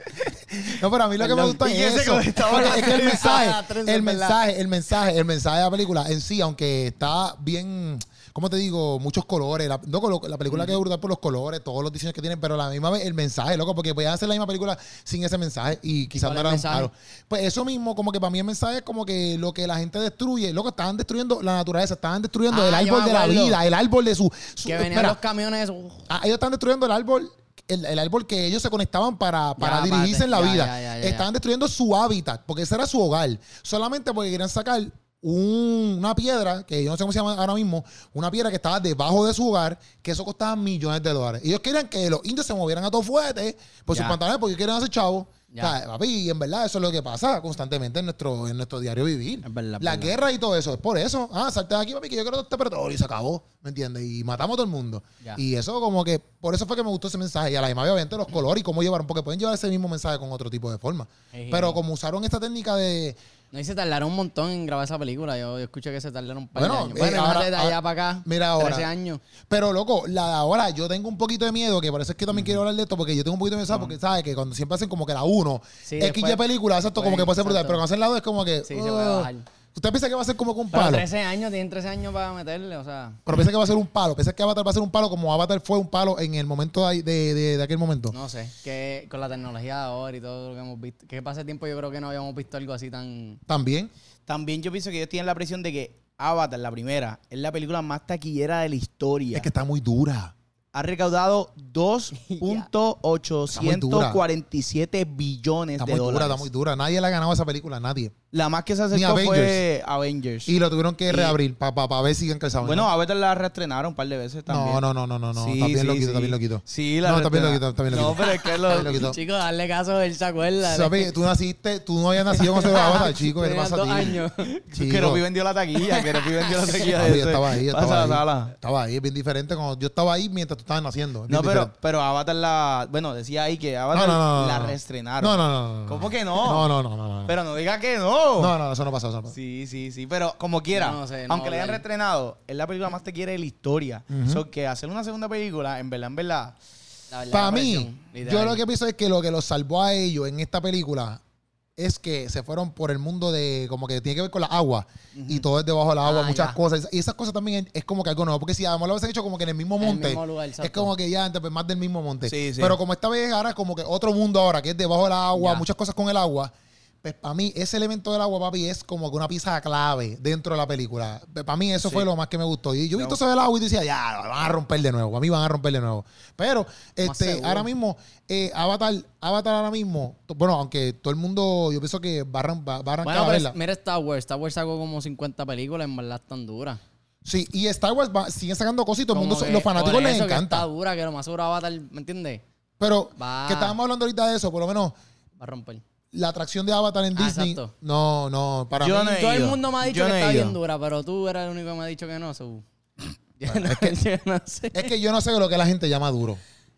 No, pero a mí lo que me
Perdón.
gusta
¿Y
es
quién se
eso.
conectaba
Porque
a la
es que el
tele?
mensaje,
Ah,
el
tres, es verdad.
mensaje, el mensaje, el mensaje de la película en sí, aunque está bien, ¿cómo te digo? Muchos colores. La, no, colo- la película que es brutal por los colores, todos los diseños que tienen, pero a la misma vez el mensaje, loco, porque podían hacer la misma película sin ese mensaje y quizás no
cuál es el
era un
mensaje?
paro. Pues eso mismo, como que para mí el mensaje es como que lo que la gente destruye, loco, estaban destruyendo la naturaleza, estaban destruyendo
Ah,
el
yo
árbol
me
de la
acuerdo.
vida, el árbol de su... su-
Que venían
Mira,
los camiones esos. Uf.
Ah, ellos están destruyendo el árbol, el, el árbol que ellos se conectaban para, para
Ya,
dirigirse
para-
en la
ya,
vida.
ya, ya, ya.
Estaban destruyendo su hábitat, porque ese era su hogar. Solamente porque querían sacar un- una piedra, que yo no sé cómo se llama ahora mismo, una piedra que estaba debajo de su hogar, que eso costaba millones de dólares. Ellos querían que los indios se movieran a todo fuerte por sus
Ya.
pantalones porque querían hacer chavo.
Ya.
O sea, papi, y en verdad eso es lo que pasa constantemente en nuestro, en nuestro diario vivir.
Es verdad, es
la
verdad.
guerra y todo eso, es por eso. Ah, salte de aquí, papi, que yo quiero este petróleo y se acabó, ¿me entiendes? Y matamos a todo el mundo.
Ya.
Y eso como que, por eso fue que me gustó ese mensaje. Y a la misma vez, obviamente, los colores y cómo llevaron, porque pueden llevar ese mismo mensaje con otro tipo de forma.
Ey.
Pero como usaron esta técnica de...
No, y se tardaron un montón en grabar esa película. Yo, yo escuché que se tardaron un par
Bueno,
de años.
eh,
Bueno,
ahora-
imagínate de allá
ah,
para acá.
mira ahora.
13 años.
Pero, loco, la de ahora, yo tengo un poquito de miedo, que por eso es que también quiero hablar de esto, porque yo tengo un poquito de miedo, ¿sabes? porque, ¿sabes? Que cuando siempre hacen como que la 1,
Sí,
X,
después-
Y película, exacto, como
Bueno,
que puede ser brutal,
exacto.
pero cuando hacen la 2 es como que...
Sí, se puede
"Ugh".
bajar.
Usted piensa que va a ser como que un
Pero
palo,
13 años, tienen 13 años para meterle, o sea.
pero piensa que va a ser un palo, piensa que Avatar va a ser un palo como Avatar fue un palo en el momento de, de- de- de aquel momento.
No sé, que con la tecnología de ahora y todo lo que hemos visto, que pase tiempo yo creo que no habíamos visto algo así tan...
También.
También yo pienso que ellos tienen la presión de que Avatar, la primera, es la película más taquillera de la historia.
Es que está muy dura.
ha recaudado 2.847 billones
Está
de
muy
dólares.
dura, está muy dura. Nadie le ha ganado a esa película, nadie.
La más que se
Ni
acercó fue Avengers.
Y lo tuvieron que reabrir para ver si encasaban.
bueno, Avatar la reestrenaron un par de veces también.
no, no, no, no, no, no. está bien loquito, está bien loquito.
Sí, la
No, está bien
reestrenaron.
loquito, está bien loquito.
No, pero es que
Está bien
lo...
loquito.
Chicos, darle caso, él se acuerda.
Sabi, tú naciste, tú no habías nacido cuando se grababa Avatar, chico. ¿Qué te
Tenías
pasa
dos
a ti?
años.
Chico.
Que Ropi vendió la taquilla, que Ropi vendió la taquilla.
Papi,
de
yo
ese.
estaba ahí, yo
Pasa
estaba
la
ahí.
sala.
Estaba ahí, es bien diferente. Cuando yo estaba ahí mientras tú estabas naciendo. es bien
No, pero,
diferente.
pero Avatar la... Bueno, decía ahí que
No,
Avatar
no, no, no,
la
no.
reestrenaron.
No, no, no, no.
¿Cómo que
No, no, no, no. no.
Pero no diga que no.
No, no, eso no pasó, eso no pasó.
Sí, sí, sí. Pero como quiera,
No sé, no
aunque le hayan
hablar.
reestrenado, es la película más te quiere de la historia.
Ujú.
So que hacer una segunda película, en verdad, en verdad.
Para mí, yo lo que pienso es que lo que los salvó a ellos en esta película es que se fueron por el mundo de como que tiene que ver con la agua y todo es debajo de la agua,
Ah,
muchas
ya.
cosas. Y esas cosas también es, es como que algo nuevo, porque si además lo hubiesen hecho como que en el mismo
En el
monte,
mismo lugar,
es
exacto.
como que ya antes pues, más del mismo monte.
Sí, sí.
Pero como esta vez ahora es como que otro mundo ahora, que es debajo del agua,
Ya.
muchas cosas con el agua. Pues para mí, ese elemento del agua, papi, es como que una pieza clave dentro de la película. Pues, Para mí, eso
Sí.
fue lo más que me gustó. Y yo he
No.
visto eso del agua y decía, ya, lo van a romper de nuevo. A mí van a romper de nuevo. Pero este,
seguro.
ahora mismo, eh, Avatar, Avatar ahora mismo, t- bueno, aunque todo el mundo, yo pienso que va a, arran- va- va a arrancar
Bueno,
a
pero
verla.
es- mira Star Wars. Star Wars sacó como 50 películas, en verdad tan dura.
Sí, y Star Wars va- siguen sacando cosas y todo el mundo,
Como que
los fanáticos
por
les
eso que Está
encanta.
dura, que lo más seguro Avatar, ¿me entiendes?
Pero
Va.
que estábamos hablando ahorita de eso, por lo menos
Va a romper.
la atracción de Avatar en
Ah,
Disney.
exacto.
No, no, para
Yo
mí.
no he
Todo el
ido.
mundo me ha dicho
Yo
que
no he
está
ido.
bien dura, pero tú eres el único que me ha dicho que no. so. Yo, no, yo no sé.
Es que yo no sé lo que la gente llama duro.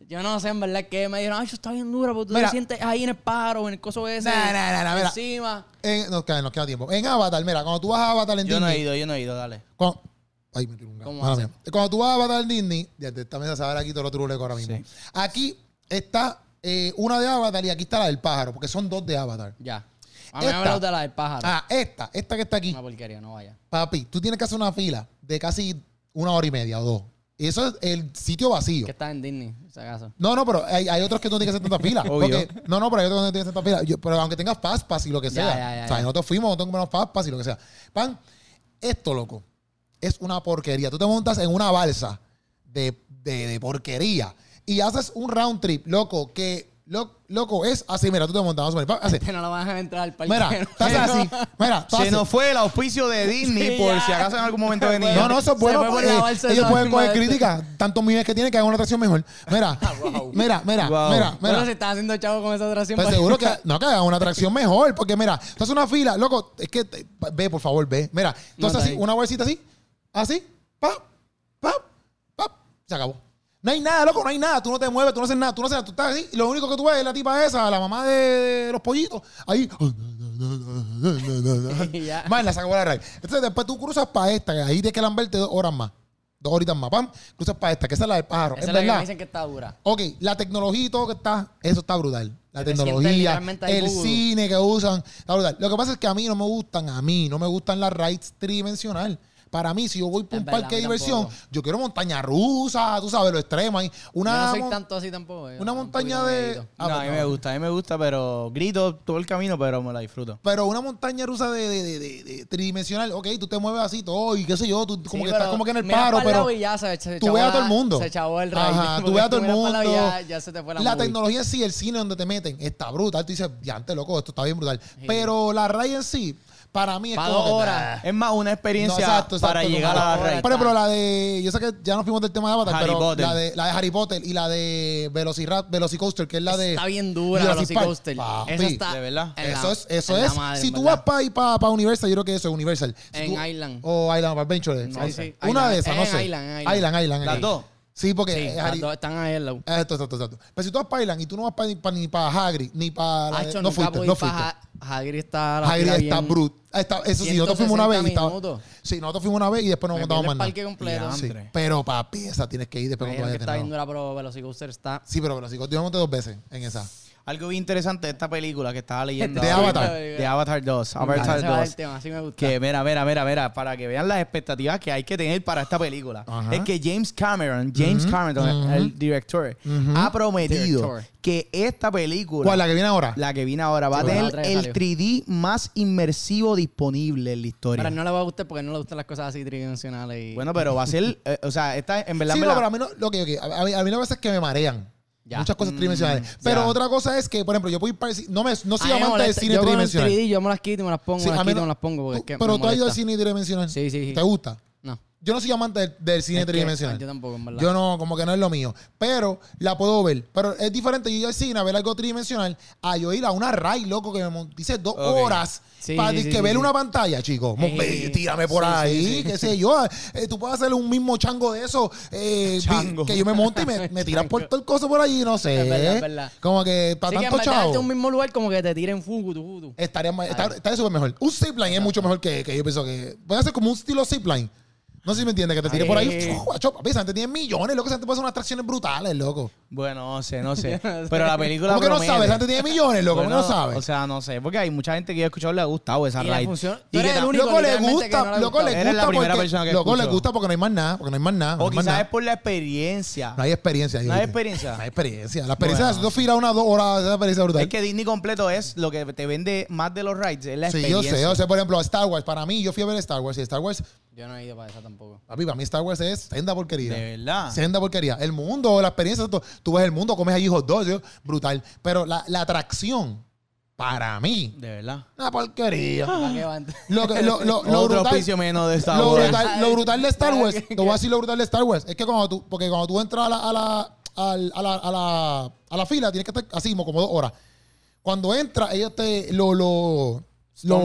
Yo no sé, en verdad, que me dijeron, ay, eso está bien dura, porque tú
Mira.
te sientes ahí en el pájaro, en el coso ese.
Nah, nah, nah, nah, mira.
Encima.
En- Eh, nos, queda, nos queda tiempo. En Avatar, mira, cuando tú vas a Avatar en
Yo no
Disney.
he ido, yo no he ido, dale.
Cuando, ay, me tiró un gato.
¿Cómo
Mala
hace?
mía. Cuando tú vas a Avatar en Disney, ya te esta mesa se va a ver aquí todo lo turuleco ahora mismo.
Sí.
Aquí está eh, una de Avatar y aquí está la del pájaro, porque son dos de Avatar.
Ya. A mí me
Esta.
hablas de la del pájaro.
Ah, esta, esta que está aquí.
Una porquería, no vaya.
Papi, tú tienes que hacer una fila de casi una hora y media o dos. Y eso es el sitio vacío.
Que está en Disney, si acaso.
No, no, pero hay, hay otros que no tienen que hacer tanta fila.
Obvio.
Porque- no, no, pero hay otros que no tienen que hacer tanta fila. Yo- pero aunque tengas Fastpass y lo que
Ya,
sea.
ya, ya,
o sea,
ya.
nosotros fuimos, nosotros compramos Fastpass y lo que sea. Pan, esto, loco, es una porquería. Tú te montas en una balsa de, de- de porquería y haces un round trip, loco, que, lo- loco, es así. Mira, tú te montas, vamos a poner, pan, así.
Que no la vas a entrar al parque.
Mira,
no.
estás así. Mira, tú
Se
haces-
nos fue el auspicio de Disney
Sí,
por
ya.
si acaso en algún momento venía.
No, no, eso es
Se
bueno.
fue por la
eh,
balsa de
ellos
la
pueden
misma
coger
vez.
críticas, tantos millones que tienen que hagan una atracción mejor. Mira, mira, mira,
Wow.
mira,
Bueno,
mira.
se está haciendo chavo con esa atracción.
Pues
para-
seguro que no que hagan una atracción mejor, porque mira, tú haces una fila, loco, es que te- ve, por favor, ve. Mira,
No,
entonces
está
así,
bien.
una bolsita así, así, pap, pap, pap, se acabó. No hay nada, loco, no hay nada. Tú no te mueves, tú no haces nada, tú no haces nada, tú estás así. Y lo único que tú ves es la tipa esa, la mamá de, de los pollitos. Ahí.
Y ya.
Más la sacó la raíz. Entonces después tú cruzas para esta, que ahí tienes que lamberte dos horas más. Dos horitas más. Pam, cruzas para esta, que esa es la del pájaro.
Esa es
es
la que me
verdad.
dicen que está dura.
Ok, la tecnología y todo que está, eso está brutal. La
Se te siente
tecnología,
literalmente ahí,
el
Google.
cine que usan, está brutal. Lo que pasa es que a mí no me gustan, a mí no me gustan las rides tridimensional. Para mí, si yo voy por
Es
un
verdad,
parque
a
de
mí
diversión,
tampoco.
yo quiero montaña rusa, tú sabes, lo extremo ahí. Una,
yo no soy
mon-
tanto así tampoco. yo
una
un
montaña
poquito
de...
miedito.
Ah,
No, a mí
pues,
me
no.
gusta, a mí me gusta, pero grito todo el camino, pero me la disfruto.
Pero una montaña rusa de, de- de- de- de tridimensional, ok, tú te mueves así todo y qué sé yo, tú como
Sí,
que
pero
estás como que en el
miras
paro,
pa'l
pero...
lado y ya se- se
tú
chavó
ves a
la-
todo el mundo.
Se chavó el ride.
Ajá, tú
Porque
ves a todo el
miras pa'l
mundo.
lado y Ya, ya se te fue la
La
movie.
tecnología en sí, el cine donde te meten, está brutal. Tú dices, ya antes, loco, esto está bien brutal. Pero la raya en sí, para mí es
Pa'
como
dos
que,
horas.
nah.
Es más una experiencia
Ah. No, exacto, exacto,
para
como
llegar
para
a la
ahora.
raíz.
Por ejemplo, la de. Yo sé que ya nos fuimos del tema de Avatar,
Harry
pero
Potter.
La, de, la de Harry Potter y la de Velociraptor, Velocicoaster, que es la de.
Está bien dura,
Jurassic Park.
Velocicoaster.
Papi,
Esa está.
de verdad.
en la-
eso es, eso
en la
es.
madre,
si
en
tú
verdad.
vas para ahí para pa Universal, yo creo que eso es Universal. Si
En
tú-
Island.
O Island of Adventure. no
sí,
sé.
sí.
Una
Island.
de esas,
Es
no
en
sé.
Island, en Island.
Island, Island,
Las
Island.
dos.
Sí, porque
Sí,
es
las
Harry- Ah,
dos están ahí al lado.
Exacto, exacto, exacto. Pero si tú vas para Island y tú no vas para, ni para Hagrid, ni para...
Hacho,
no
nunca
fuiste,
pude
no
ir pa'
fuiste.
Ha- Hagrid está... la
Hagrid
fila
está
bien-
brutal. Está- Eso sí, nosotros fuimos una vez y
160
estaba...
minutos.
Sí, nosotros fuimos una vez y después nos
Me
montamos más
pierdo el
nada.
parque completo.
Ya.
Sí,
Andre.
pero papi, esa tienes que ir después
Me
cuando vayas
dijeron que
de
está
nuevo.
bien dura, pero Velocicoaster está...
Sí, pero los psicóticos yo me monté dos veces en esa.
Algo bien interesante de esta película que estaba leyendo.
De
ahora.
Avatar. Mm,
De Avatar 2.
Ah, ese
Avatar
va el
2.
tema, así me gusta.
Que mira, mira, mira, mira, para que vean las expectativas que hay que tener para esta película.
Ajá.
Es que James Cameron, James
Ujú,
Cameron,
ujú.
el director, ha prometido
Director.
que esta película,
¿Cuál? ¿La que viene ahora?
la que viene ahora, va a
Sí, la
tener
otra que
el
salió.
3D más inmersivo disponible en la historia.
Ahora, no le va a gustar porque no le gustan las cosas así tridimensionales y...
Bueno, pero va a ser, eh, o sea, esta en verdad,
sí,
en
no,
verdad-
pero a mí no, lo que, ok, a, a mí, a mí las veces que me marean.
Ya.
Muchas cosas tridimensionales. Pero
ya.
otra cosa es que, por ejemplo, yo puedo ir para el cine- No, me, no soy
A mí me
amante del
molesta.
cine
este, yo con el
tridimensional.
3D, yo me las quito y me las pongo,
Sí,
me
a
las
mí
quito y
no-
me las pongo porque es que
Tú- pero
me
tú has ido al
molesta.
cine tridimensional.
Sí, sí, sí.
¿Te gusta?
No.
Yo no soy amante del, del cine
Es que-
tridimensional.
Yo tampoco, en verdad.
Yo no, como que no es lo mío. Pero la puedo ver. Pero es diferente yo ir al cine a ver algo tridimensional a yo ir a una RAI, loco, que me mon- dice dos
Ok.
horas
Sí,
para
sí,
que
sí,
ver
sí.
una pantalla, chico. Mo-
Eh,
Tírame por
sí, sí,
ahí,
sí.
qué sé yo. Eh, tú puedes hacer un mismo chango de eso. eh, vi-
Chango.
Que yo me monte y me, me tiran por todo el coso por allí, no sé.
Es verdad, es verdad.
Como que para
Así que en
tanto
verdad, darte
chavo.
un mismo lugar como que te tiren fugu, tu, fugu, tu.
Estaría más- está,
Ah.
está súper mejor. Un zipline es mucho mejor que, que yo pienso que. Puede ser como un estilo zipline. No sé si me entiendes, que te tire por ahí.
Ay.
Eh.
¡fua! Chopa, Esa gente tiene millones, loco. Esa gente puede hacer unas atracciones brutales, loco.
Bueno, no sé, no sé. Pero la película
¿Cómo que no
promete.
sabes? Esa gente tiene millones, loco. ¿Cómo que no
Bueno,
sabes?
O sea, no sé, porque hay mucha gente que yo he escuchado le ha gustado esa
Y la
ride.
función-
Y
tú eres
que
el
ta-
único
loco le
literalmente
gusta,
que no
loco
le
le
gustaba.
gusta.
Eres la primera
porque-
persona que
Loco le
escucho.
gusta porque no hay más nada. Porque no hay más nada.
O
no hay más
quizás es
nada.
por la experiencia.
No hay experiencia.
No hay
dijiste.
experiencia.
No hay experiencia. La experiencia
Bueno.
de nosotros fila una dos horas. Esa experiencia brutal.
Es que Disney completo es lo que te vende más de los rides, es la
sí, yo
experiencia.
sé. Yo sé, por ejemplo, Star Wars. Para mí, yo fui a ver Star Wars. Y Star Wars,
Yo no he ido para esa tampoco.
papi, para mí Star Wars es senda porquería.
De verdad.
Senda porquería. El mundo, la experiencia, tú, tú ves el mundo, comes allí hot dogs, yo, brutal. Pero la, la atracción, para mí,
De verdad.
una porquería.
¿Para qué va?
Lo, que- lo, lo, lo
Otro
brutal,
auspicio menos de esta
lo,
hora.
brutal, lo brutal de Star Wars,
¿Qué?
te voy a decir lo brutal de Star Wars, es que cuando tú, porque cuando tú entras a la, a la, al- a la, a la, a la fila, tienes que estar así como como dos horas. Cuando entras, ellos te lo... lo, lo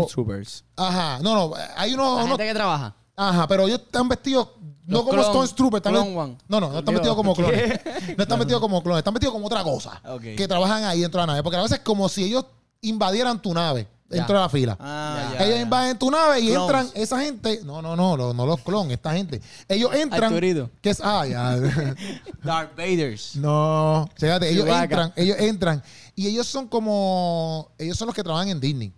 Stormtroopers.
ajá, no, no, hay unos...
La
unos-
gente que trabaja.
Ajá, pero ellos están vestidos no
Los
como
clon-
Stormtroopers. Están
clone one.
No, no, no están
Dios.
vestidos como clones. No están vestidos como clones, están vestidos como otra cosa.
Ok.
Que trabajan ahí dentro de la nave. Porque a veces es como si ellos invadieran tu nave dentro
Ya.
de la fila.
Ah, ya,
ellos
ya.
invaden tu nave y
Clones.
entran esa gente. No, no, no, lo- no los clones, esta gente. Ellos entran.
Arturito.
Que es, ah, ya.
Darth Vaders.
no. Fíjate, ellos
Chewbacca.
entran, ellos entran. Y ellos son como. Ellos son los que trabajan en Disney.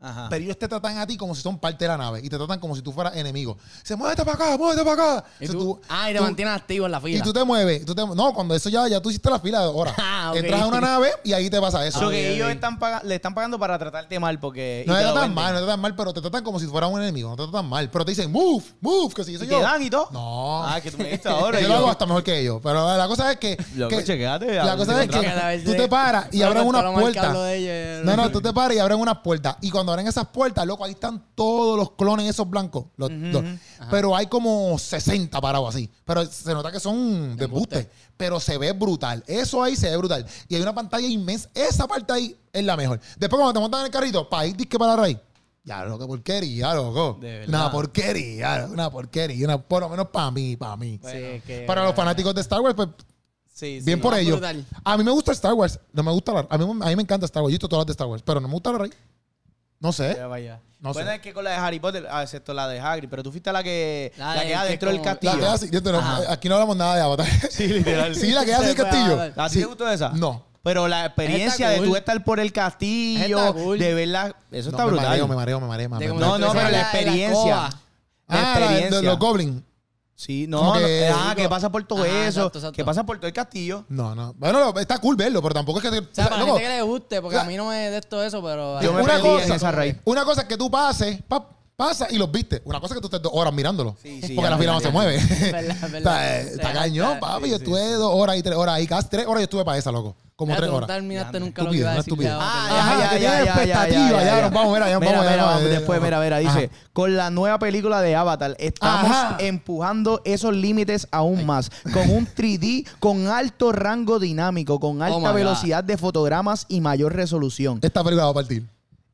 Ah.
Ajá.
Pero ellos te tratan a ti como si son parte de la nave y te tratan como si tú fueras enemigo. Se muévete para acá, muévete para acá. O
Y
sea,
tú-
tú-
ah, y te
tú-
mantienes activo en la fila.
y tú te mueves. tú te- no, cuando eso ya, ya tú hiciste la fila de horas.
Ah, ok.
Entras a una nave y ahí te pasa eso.
So
ok,
que
ok.
ellos están paga- le están pagando para tratarte mal porque... y
No te
te lo
tratan
venden.
mal, no te tratan mal, pero te tratan como si fuera un enemigo. No te tratan mal, pero te dicen, move, move, que si yo
¿Y
soy
te
yo.
dan y todo?
No.
Ah, que tú me diste ahora.
yo,
y
lo hago hasta mejor que ellos. Pero la cosa es que.
Loco,
que-
chequéate,
la
a-
cosa es
Creo que la
que
vez
tú
de-
te paras y
Solo
abren
con
unas
todo lo marcado
puertas.
de ella,
No, no, tú te paras y abren unas puertas. Y cuando abren esas puertas, loco, ahí están todos los clones esos blancos. Los, los- Pero hay como 60 parados así. Pero se nota que son de embuste. Pero se ve brutal. Eso ahí se ve brutal. Y hay una pantalla inmensa. Esa parte ahí es la mejor. Después cuando te montan en el carrito, para ir disque para raíz. Ya, loco, porquería, loco.
De verdad.
Una porquería, loco, una porquería. Una, por lo menos para mí, para mí.
Sí, es que-
para los fanáticos de Star Wars, pues
Sí, sí.
Bien por
más
ello.
brutal.
A mí me gusta Star Wars. No me gusta la, a, mí, a mí me encanta Star Wars. Yo he visto todas las de Star Wars, pero no me gusta la rey. No sé.
Ya vaya.
Eh, No
bueno,
sé.
es que con la de Harry Potter, ah, excepto la de Hagrid, pero tú fuiste la que
La
la,
de-
que era
que
dentro del
como-
castillo.
La que hace, yo te lo-
Ajá.
aquí no hablamos nada de Avatar.
Sí, literal.
Sí, la que hace el
Después
castillo.
Avatar.
¿A ti
Sí.
te gustó esa?
No.
Pero la experiencia
Está
de tú
cool.
estar por el castillo,
Está cool.
de verla, eso
No,
está
me
brutal.
mareo, me mareo, me mareo, me
De
mareo.
como
No,
si
no,
estuviese
pero la
en en
experiencia.
escoba.
La
Ah, la de-
experiencia.
de los Goblins.
Sí, no,
Como
no,
que-
ah, que pasa por todo
Ah,
eso,
exacto, exacto.
que pasa por todo el castillo.
No, no. Bueno, no, está cool verlo, pero tampoco es que. te-
O sea, para la
loco,
gente que le guste, porque
o
a
sea,
mí no me de esto eso, pero...
Yo me
una
perdí en
cosa-
esa raíz.
Una cosa es que tú pases, pa- pasa y los viste. Una cosa es que tú estés dos horas mirándolo.
Sí, sí,
porque
ya,
la fila
ya,
no se
ya.
mueve.
Verdad,
Está,
verdad.
está
Se
cañón,
gasta.
papi.
Sí,
yo
sí,
estuve dos horas y tres horas ahí. Casi tres horas yo estuve para esa, loco. Como
Mira,
tres
tú no
horas.
terminaste
Ya,
nunca lo que
estúpido,
iba a
no
decir.
estúpido.
ya,
Ah,
ya,
ajá,
ya.
que tiene expectativa, ya, nos vamos, mira, ya,
Mira,
vamos,
mira,
ya,
vamos,
ya, ya,
después,
ya.
mira, mira, dice, con la nueva película de Avatar estamos
Ajá.
empujando esos límites aún más, con un 3D con alto
Oh
rango dinámico, con alta
my God.
velocidad de fotogramas y mayor resolución.
Esta película va a partir.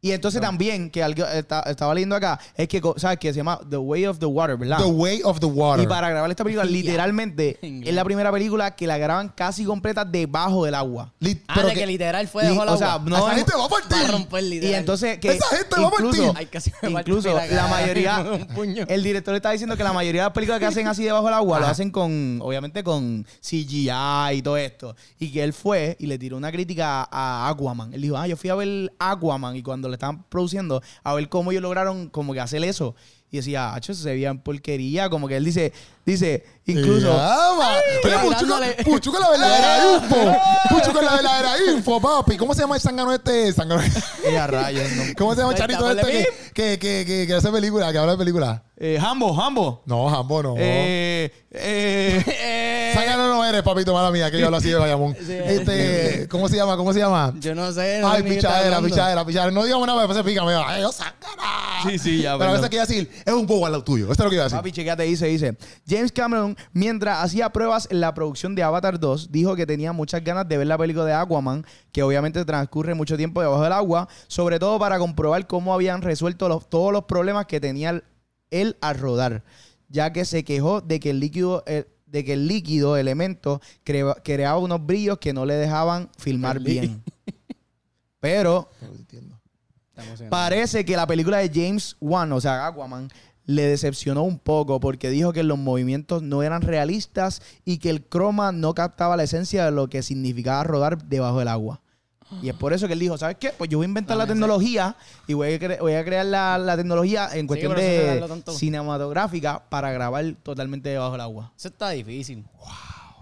Y entonces también, que algo está- estaba leyendo acá, es que, co- ¿sabes qué? Se llama The Way of the Water, ¿verdad?
The Way of the Water.
Ah. Y para grabar esta película,
Ya.
literalmente,
Inglés.
es la primera película que la graban casi completa debajo del agua.
Li-
Ah,
pero
de que,
que-
literal fue
Li-
dejó la
o sea, no
esa
hemos-
gente va a
para
partir.
romper literal.
Y entonces que
Esa gente va a
incluso,
partir.
Ay, casi me
incluso
partí la
la
cara.
mayoría
Un
eh,
puño.
el director está diciendo que la mayoría de las películas que hacen así debajo del agua lo hacen con obviamente con CGI y todo esto y que él fue y le tiró una crítica a Aquaman él dijo ah yo fui a ver Aquaman y cuando le estaban produciendo a ver cómo ellos lograron como que hacer eso y decía ah eso se veía en porquería como que él dice dice incluso
Ya, ma. Oye, Puchuco,
hablándole.
Puchuco es la verdadera info. Puchuco es la verdadera info, papi. ¿Cómo se llama el sangano este? Sangano-
Eh, a rayos no.
¿Cómo se llama el
Ahí
charito
está,
este
ponle
que, que, que, que, que hace película, que habla de película?
Eh, Hambo Hambo
No, Jambo, no.
Eh, eh,
Sangano no eres, papito, mala mía, que yo hablo así de Bayamón. Este, ¿cómo se llama? ¿Cómo se llama?
Yo no sé. no sé
Ay,
ni qué está
pichadera,
hablando.
pichadera, pichadera. No digamos nada, después pues se pica, me va. Ay, yo sangana.
Sí, sí, ya,
Pero a veces quería
perdón.
decir, es un bobo al lado tuyo. Esto es lo que iba a decir.
Papi, chequeate, dice, dice. James Cameron, mientras hacía pruebas en la producción de Avatar 2, dijo que tenía muchas ganas de ver la película de Aquaman, que obviamente transcurre mucho tiempo debajo del agua, sobre todo para comprobar cómo habían resuelto los- todos los problemas que tenía el- él al rodar, ya que se quejó de que el líquido... eh, de que el líquido, elemento, crea- creaba unos brillos que no le dejaban filmar
El lí-
bien. Pero
Estamos en-
Parece que la película de James Wan, o sea, Aquaman, le decepcionó un poco porque dijo que los movimientos no eran realistas y que el croma no captaba la esencia de lo que significaba rodar debajo del agua. Y es por eso que él dijo, ¿sabes qué? Pues yo voy a inventar la
Dame ese.
tecnología y voy a, cre- voy a crear la, la tecnología en cuestión
pero eso se da lo
de
tanto.
cinematográfica para grabar totalmente debajo del agua.
Eso está difícil.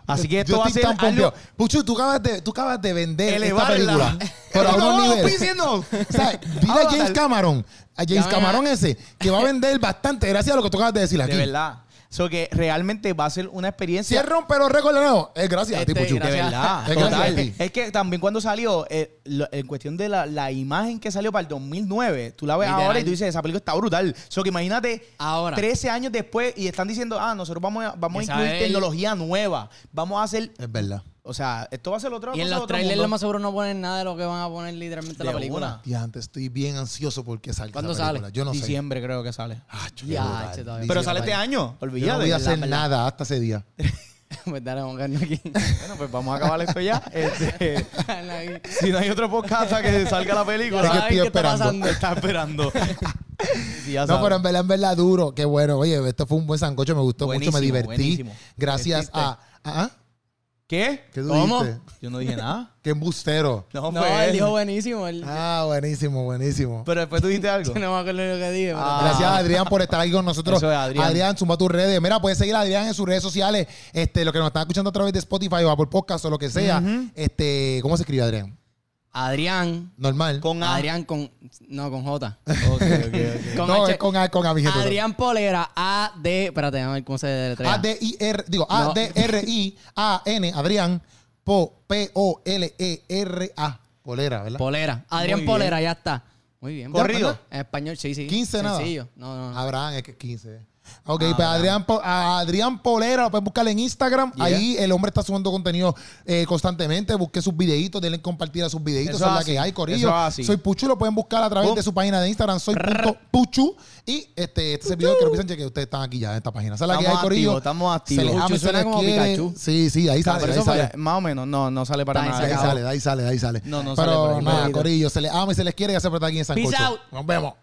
Así que esto
Yo
va a
estoy
ser
tan
algo
pompeado. Puchu, tú acabas de, tú acabas de vender
elevarla.
esta película. Pero a
¡No,
unos
no,
niveles.
pisciendo!
O sea, dile a
Avatar.
James Cameron, a
Ya
James
me-
Cameron ese, que va a vender bastante gracias a lo que tú acabas de decir aquí.
De verdad. Eso que realmente va a ser una
Si
experiencia...
es romper los récords de nuevo, es gracias a ti,
Este,
Puchu.
De
Gracias.
verdad.
Es gracias a ti.
Total. Es que también cuando salió, eh, lo- en cuestión de la, la imagen que salió para el 2009, tú la ves
Literal.
ahora y tú dices, esa película está brutal. O sea, que imagínate
Ahora.
13 años después y están diciendo, ah, nosotros vamos a, vamos a
Esa
incluir
es-
tecnología nueva. Vamos a hacer...
Es verdad.
O sea, esto va a ser otra
Y en
cosa,
los
otro
trailers
mundo.
lo más seguro no ponen nada de lo que van a poner literalmente en la
De
película.
una.
Y antes estoy bien ansioso porque salga.
¿Cuándo
esa película.
sale?
Yo no sé.
Diciembre creo que sale.
Ah, yo qué brutal.
Ya, che, todavía.
Diciembre.
Pero sale este año.
Yo no
Olvídate.
voy a hacer
¿verdad?
nada hasta ese día.
Pues dale, vamos a quedarnos aquí.
Bueno, pues vamos a acabar esto ya. Este,
Dale aquí.
si no hay otro podcast hasta que salga la película,
Es que
Ay,
estoy
¿qué está
esperando.
pasando?
está esperando. Sí, ya
No,
sabes.
pero en verdad, en verdad, duro. Qué bueno. Oye, esto fue un buen sancocho. Me gustó mucho,
Buenísimo,
me divertí.
buenísimo.
Gracias a... ¿Ah?
¿Qué?
¿Qué
¿Cómo?
dijiste?
Yo no dije nada.
Qué embustero.
No,
No,
fue
él
él.
dijo buenísimo. él-
Ah, buenísimo, buenísimo.
Pero después tú dijiste algo.
Yo no me acuerdo lo que dije.
Ah.
Gracias a Adrián por estar aquí con nosotros.
Eso es, Adrián.
suma tus redes. Mira, puedes seguir a Adrián en sus redes sociales. Este, lo que nos están escuchando a través de Spotify o por Podcast o lo que sea. Este, ¿cómo se escribe Adrián?
Adrián.
Normal.
Con A.
Adrián con. No, con J.
Ok, ok, ok.
Con
no,
H.
es con A, con A, mi gente.
Adrián Polera. A D. Espérate, a ver cómo se deletrea.
A D I R, digo,
No.
A D R I A N, Adrián Po P O L E R A. Polera, ¿verdad?
Polera. Adrián
Muy bien.
Polera, ya está. Muy bien.
Corrido.
¿verdad? En español, sí, sí.
15 nada.
Sencillo. No, no, no.
Abraham, es que es 15. Ok,
Ah,
pues
Abraham.
Adrián, Po- a Adrián Polera, lo puedes buscar en Instagram.
Yeah.
Ahí el hombre está subiendo contenido eh, constantemente. Busque sus videitos, denle compartir a sus videitos.
Eso
Esa es la
así,
que hay,
eso
Corillo.
es así.
Soy Puchu, lo pueden buscar a través
Pum.
de su página de Instagram. Soy punto Puchu. Y este, este servidor, que Sánchez, que ustedes están aquí ya en esta página. Esa es la que hay,
Estamos
Corillo.
activos, estamos activos.
Se les ama,
Puchu
se
suena
les
como
quiere.
Pikachu.
Sí, sí, ahí
Ah,
sale,
pero
ahí
eso fue-
sale.
más o menos, no, no sale para
Está
nada.
se
Ahí
acabó.
sale, ahí sale, ahí sale.
No, no sale por
Pero
ahí,
nada,
perdido.
Corillo, se les ama y se les quiere. Gracias por estar aquí en San
Peace out.
Nos vemos.